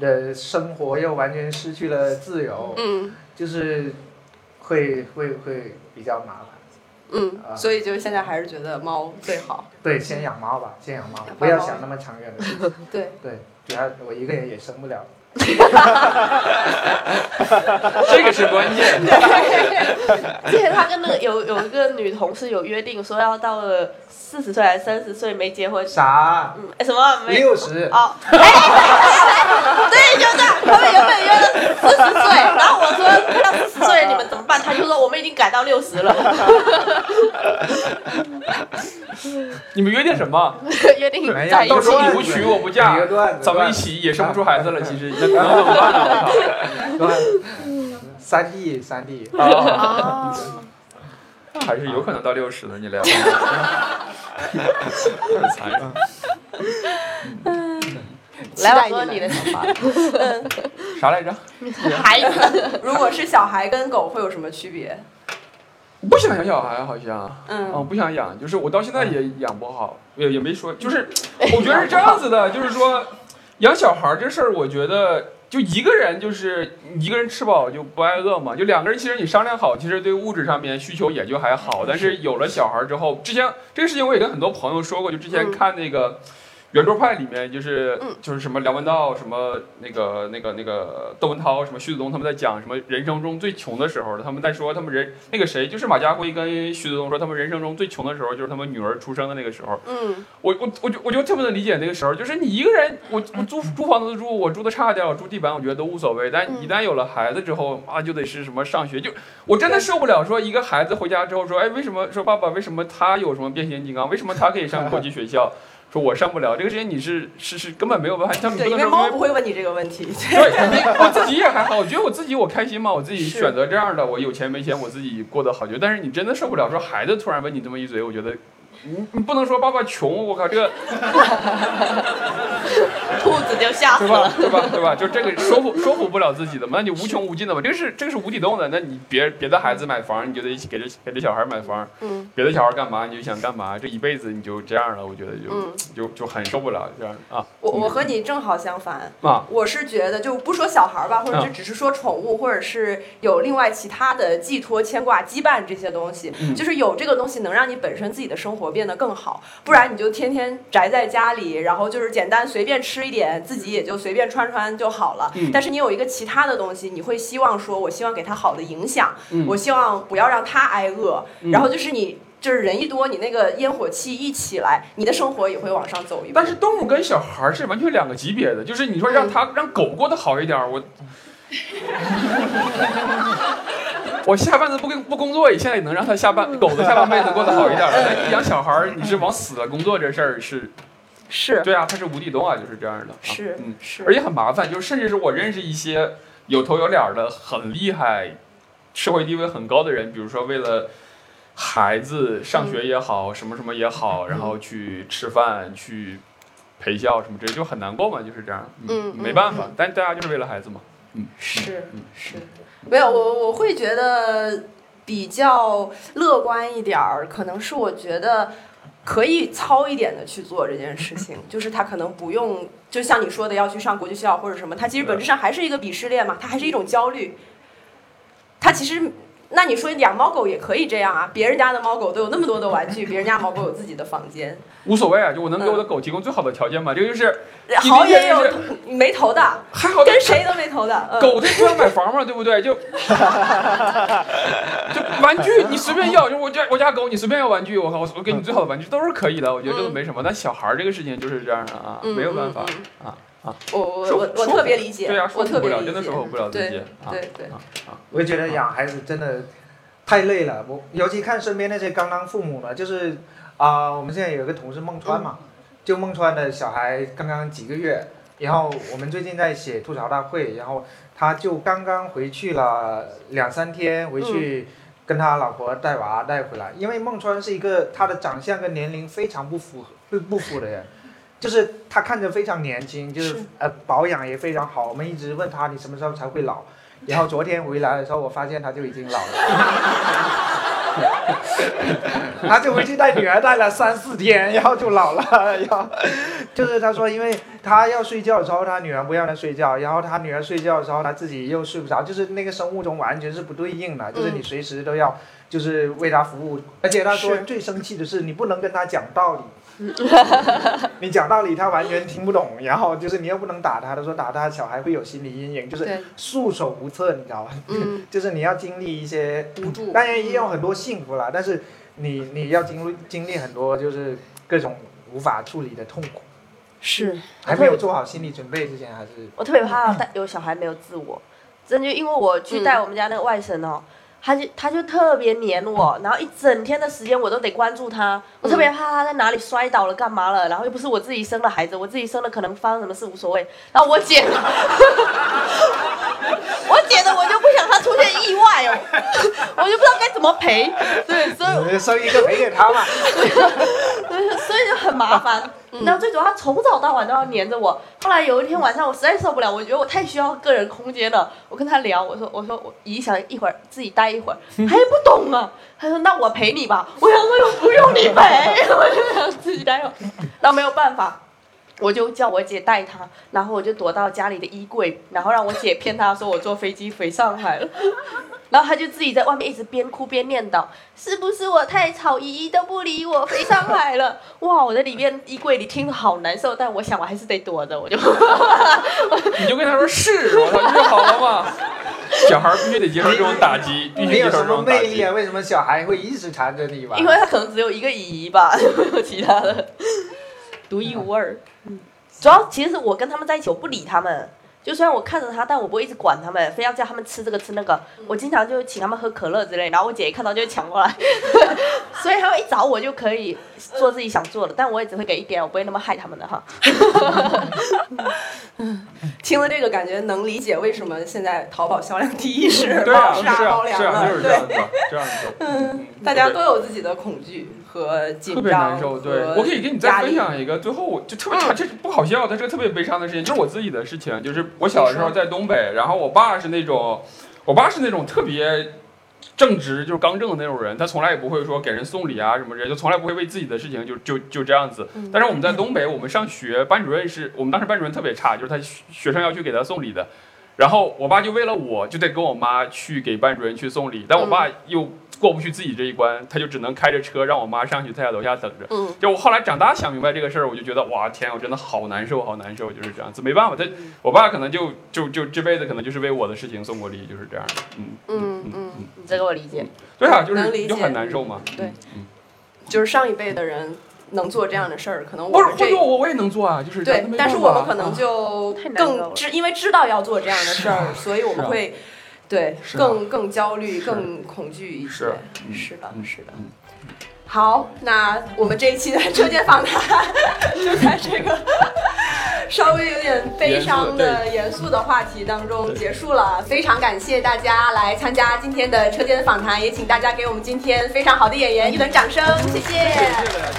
S3: 的生活又完全失去了自由，
S2: 嗯
S3: 就是会会会比较麻烦。
S2: 嗯，所以就是现在还是觉得猫最好。
S3: 对，先养猫吧，先养猫
S2: 养，
S3: 不要
S2: 猫
S3: 想那么长远的事 情。
S2: 对，
S3: 对，主要我一个人也生不了。
S5: 这个是关键。
S4: 而且他跟那个有有一个女同事有约定，说要到了四十岁还是三十岁没结婚，
S3: 啥？
S4: 嗯，哎什么没
S3: 六十？
S4: 哦，哎哎哎哎对，就这样，他们原本约了四十岁，然后我说到四十岁你们怎么办？他就说我们已经改到六十了，
S5: 你们约定什么？
S4: 约定
S3: 哎没有
S4: 哎在一
S5: 到
S4: 起
S5: 时。候你不娶我不嫁
S3: 一个段，子
S5: 咱们一起也生不出孩子了。其实那能怎么办呢？我
S3: 三 D 三 D，
S5: 操！啊
S4: 哦，
S5: 那还是有可能到六十的，你俩。很残忍。
S4: 来，
S2: 期待
S4: 我说
S2: 们
S4: 你的想法，
S5: 啥来着？
S4: 孩子，
S2: 如果是小孩跟狗会有什么区别？
S5: 不想养小孩，好像。
S2: 嗯
S5: 哦，不想养，就是我到现在也养不好，也也没说，
S2: 嗯
S5: 就是我觉得是这样子 的，就是说养小孩这事儿，我觉得就一个人就是一个人吃饱就不挨饿嘛，就两个人其实你商量好，其实对物质上面需求也就还好，但
S2: 嗯
S5: 是有了小孩之后，之前这个事情我也跟很多朋友说过，就之前
S2: 嗯
S5: 看那个。圆桌派里面就是
S2: 嗯
S5: 就是什么梁文道什么那个那个那个窦文涛什么徐子东他们在讲什么人生中最穷的时候，他们在说他们人那个谁就是马家辉跟徐子东说他们人生中最穷的时候就是他们女儿出生的那个时候，
S2: 嗯
S5: 我我我就我就特别能理解那个时候，就是你一个人，我我租租房子住，我住的差点，我住地板，我觉得都无所谓。但
S2: 嗯
S5: 一旦有了孩子之后，妈就得是什么上学，就我真的受不了说一个孩子回家之后说，哎，为什么说爸爸为什么他有什么变形金刚，为什么他可以上国际学 校，说我上不了，这个事情你是是是根本没有办法，像你
S2: 对，
S5: 不
S2: 因
S5: 能
S2: 为
S5: 说
S2: 猫 不会问你这个问题。
S5: 对，你我自己也还好，我觉得我自己我开心嘛，我自己选择这样的，我有钱没钱我自己过得好就。但是你真的受不了，说孩子突然问你这么一嘴，我觉得。你你不能说爸爸穷，我靠，这个
S4: 兔子就吓死
S5: 对吧
S4: 了。？
S5: 对吧？对吧？就这个说服说服不了自己的嘛，那你无穷无尽的嘛，这个是这个是无底洞的。那你别别的孩子买房，你就得给这给这小孩买房，
S2: 嗯
S5: 别的小孩干嘛你就想干嘛，这一辈子你就这样了，我觉得就、
S2: 嗯，
S5: 就就很受不了这样啊
S2: 我我和你正好相反。
S5: 啊！
S2: 我是觉得，就不说小孩儿吧，或者
S5: 嗯
S2: 就只是说宠物，或者是有另外其他的寄托、牵挂、羁绊这些东西，
S5: 嗯
S2: 就是有这个东西能让你本身自己的生活变得更好，不然你就天天宅在家里，然后就是简单随便吃一点，自己也就随便穿穿就好了。
S5: 嗯
S2: 但是你有一个其他的东西，你会希望说，我希望给他好的影响，
S5: 嗯
S2: 我希望不要让他挨饿，
S5: 嗯
S2: 然后就是你。就是人一多，你那个烟火气一起来，你的生活也会往上走一步
S5: 但。是动物跟小孩儿是完全两个级别的，就是你说
S2: 嗯
S5: 让它让狗过得好一 点儿，我我下半辈子不跟不工作，现在也能让它下半
S2: 嗯
S5: 狗的下半辈子过得好一点儿了。 但你养小孩儿，你是往死了工作这事儿是，
S2: 是
S5: 对啊，它是无底洞啊，就是这样的。啊
S2: 是
S5: 嗯，
S2: 是，
S5: 而且很麻烦，就是甚至是我认识一些有头有脸儿的、很厉害、社会地位很高的人，比如说为了孩子
S2: 嗯
S5: 上学也好，什么什么也好，然后去吃饭、去陪笑什么之类，就很难过嘛，就是这样。
S2: 嗯嗯
S5: 没办法，但大家就是为了孩子嘛。
S2: 是
S5: 嗯
S2: 是，没有，我我会觉得比较乐观一点儿，可能是我觉得可以糙一点的去做这件事情，就是他可能不用，就像你说的要去上国际学校或者什么，他其实本质上还是一个鄙视链嘛，他还是一种焦虑，他其实。那你说养猫狗也可以这样啊，别人家的猫狗都有那么多的玩具，别人家猫狗有自己的房间，
S5: 无所谓啊，就我能给我
S2: 嗯
S5: 的狗提供最好的条件嘛。这个就是
S2: 好
S5: 你理解
S2: 也有
S5: 就是
S2: 没头的，
S5: 还好，
S2: 跟谁都没头的。 嗯、
S5: 狗它不要买房嘛，对 不对？就就玩具你随便要，就我家我家狗你随便要玩具，我靠，我我给你最好的玩具都是可以的，我觉得这个没什么。但小孩儿这个事情就是这样的啊，
S2: 嗯
S5: 没有办法
S2: 嗯
S5: 啊啊，
S2: 我我
S5: 说
S2: 我我
S5: 说
S2: 特别理解，
S5: 对啊，
S2: 我
S5: 说服
S2: 特
S5: 不
S2: 别
S5: 了，
S2: 理
S5: 真的
S2: 解
S5: 说。服不了自己
S2: 对
S5: 啊
S2: 对对
S5: 啊啊，
S3: 我就觉得养孩子真的太累了，我尤其看身边那些刚当父母的，就是啊、我们现在有一个同事孟川嘛，就孟川的小孩刚刚几个月，然后我们最近在写吐槽大会，然后他就刚刚回去了两三天，回去跟他老婆带娃带回来，因为孟川是一个他的长相跟年龄非常不符不不符的人。 就是他看着非常年轻，就是
S2: 是
S3: 呃保养也非常好。我们一直问他你什么时候才会老，然后昨天回来的时候，我发现他就已经老了。 他就回去带女儿带了三四天，然后就老了， 然后就是他说，因为他要睡觉的时候，他女儿不让他睡觉，然后他女儿睡觉的时候，他自己又睡不着，就是那个生物钟完全是不对应的，就是你随时都要就是为他服务，而且他说
S2: 是
S3: 最生气的是你不能跟他讲道理，你讲道理他完全听不懂，然后就是你又不能打他，他说打他小孩会有心理阴影，就是
S2: 对，
S3: 束手无策，你知道吧？
S2: 嗯，
S3: 就是你要经历一些，
S2: 无助。嗯
S3: 当然也有很多幸福啦，但是你你要经历经历很多就是各种无法处理的痛苦，
S2: 是
S3: 还没有做好心理准备之前，还是
S4: 我特别怕带有小孩没有自我，真就因为我去带我们家那个外甥哦，他就他就特别黏我，然后一整天的时间我都得关注他，我特别怕他在哪里摔倒了干嘛了，然后又不是我自己生的孩子，我自己生了可能发生什么事无所谓，然后我姐， 我姐的我就不想他出现意外哦， 我就不知道该怎么赔，对，所以
S3: 你们生一个没给他嘛？
S4: 对， 所以就很麻烦。然后最主要，他从早到晚都要黏着我。后来有一天晚上，我实在受不了，我觉得我太需要个人空间了。我跟他聊，我说：“我说我姨想一会儿自己待一会儿，他也不懂啊。”他说：“那我陪你吧。”我想说又不用你陪， 我就想自己待一会儿。那没有办法，我就叫我姐带他，然后我就躲到家里的衣柜，然后让我姐骗他说我坐飞机回上海了。然后他就自己在外面一直边哭边念叨：“是不是我太吵，姨姨都不理我，飞上海了？” 哇，我在里面衣柜里听着好难受，但我想我还是得躲着，我就
S5: 你就跟他说是，我操，就好 了嘛。小孩儿必须得接受这种打击， 必须
S3: 你
S5: 接
S3: 有
S5: 受
S3: 什
S5: 这
S3: 么
S5: 种打
S3: 魅力
S5: 击
S3: 啊？。为什么小孩会一直缠着你玩？
S4: 因为他可能只有一个姨姨吧， 没有其他的，独一无二。主要其实我跟他们在一起，我不理他们。就虽然我看着他，但我不会一直管他们，非要叫他们吃这个吃那个。我经常就请他们喝可乐之类，然后我姐一看到就会抢过来， 所以他们一找我就可以做自己想做的，但我也只会给一点，我不会那么害他们的哈。
S2: 听了这个，感觉能理解为什么现在淘宝销量第一是
S5: 对啊，
S2: 猫
S5: 是
S2: 砂
S5: 啊
S2: 猫，粮
S5: 是啊，
S2: 了。
S5: 就是这样子，这样子。嗯
S2: 大家都有自己的恐惧和紧
S5: 特
S2: 张
S5: 别难受，对
S2: 和
S5: 我可以跟你再
S2: 压
S5: 分
S2: 力嗯
S5: 享一个，最后我就特别差，这不好笑，但这个特别悲伤的事情，就是我自己的事情，就是我小的时候在东北，然后我爸是那种，我爸是那种特别正直，就是刚正的那种人，他从来也不会说给人送礼啊什么之类，就从来不会为自己的事情就就就这样子。但是我们在东北，我们上学，班主任是我们当时班主任特别差，就是他学学生要去给他送礼的。然后我爸就为了我，就得跟我妈去给班主任去送礼，但我爸
S2: 嗯
S5: 又过不去自己这一关，他就只能开着车让我妈上去，在家楼下等着。
S4: 嗯，
S5: 就我后来长大想明白这个事儿，我就觉得哇天啊，我真的好难受，好难受，就是这样子，没办法，他
S2: 嗯
S5: 我爸可能就就就这辈子可能就是为我的事情送过礼，就是这样的。嗯
S2: 嗯嗯，
S4: 你这个我理解。
S5: 对啊，就
S2: 能
S5: 是
S2: 理
S5: 就
S2: 解
S5: 很难受嘛。
S2: 对
S5: 嗯，嗯
S2: 就是上一辈的人能做这样的事儿，可能
S5: 不
S2: 我
S5: 是
S2: 们
S5: 换
S2: 这
S5: 做我我也能做啊，就是
S2: 对
S5: 没，办
S2: 但是
S5: 法
S2: 我们可能
S5: 啊
S2: 就
S4: 太难搞
S2: 更
S4: 了
S2: 知，因为知道要做这样的事儿，所以我
S5: 是
S2: 们
S5: 啊
S2: 会对
S5: 是啊
S2: 更更焦虑、
S5: 是
S2: 更恐惧一些
S5: 是。嗯
S2: 是的，
S5: 嗯
S2: 是的
S5: 嗯。
S2: 好，那我们这一期的车间访谈就在这 个稍微有点悲伤的严肃的话题当中
S5: 对
S2: 结束了。非常感谢大家来参加今天的车间访谈，也请大家给我们今天非常好的演员一轮掌声，谢谢
S5: 谢谢大家，谢谢大家。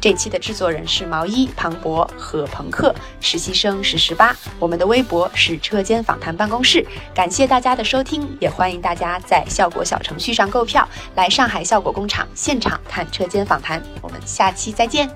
S1: 这期的制作人是毛衣、庞博和朋克，实习生是十八。我们的微博是车间访谈办公室。感谢大家的收听，也欢迎大家在效果小程序上购票，来上海效果工厂现场看车间访谈。我们下期再见。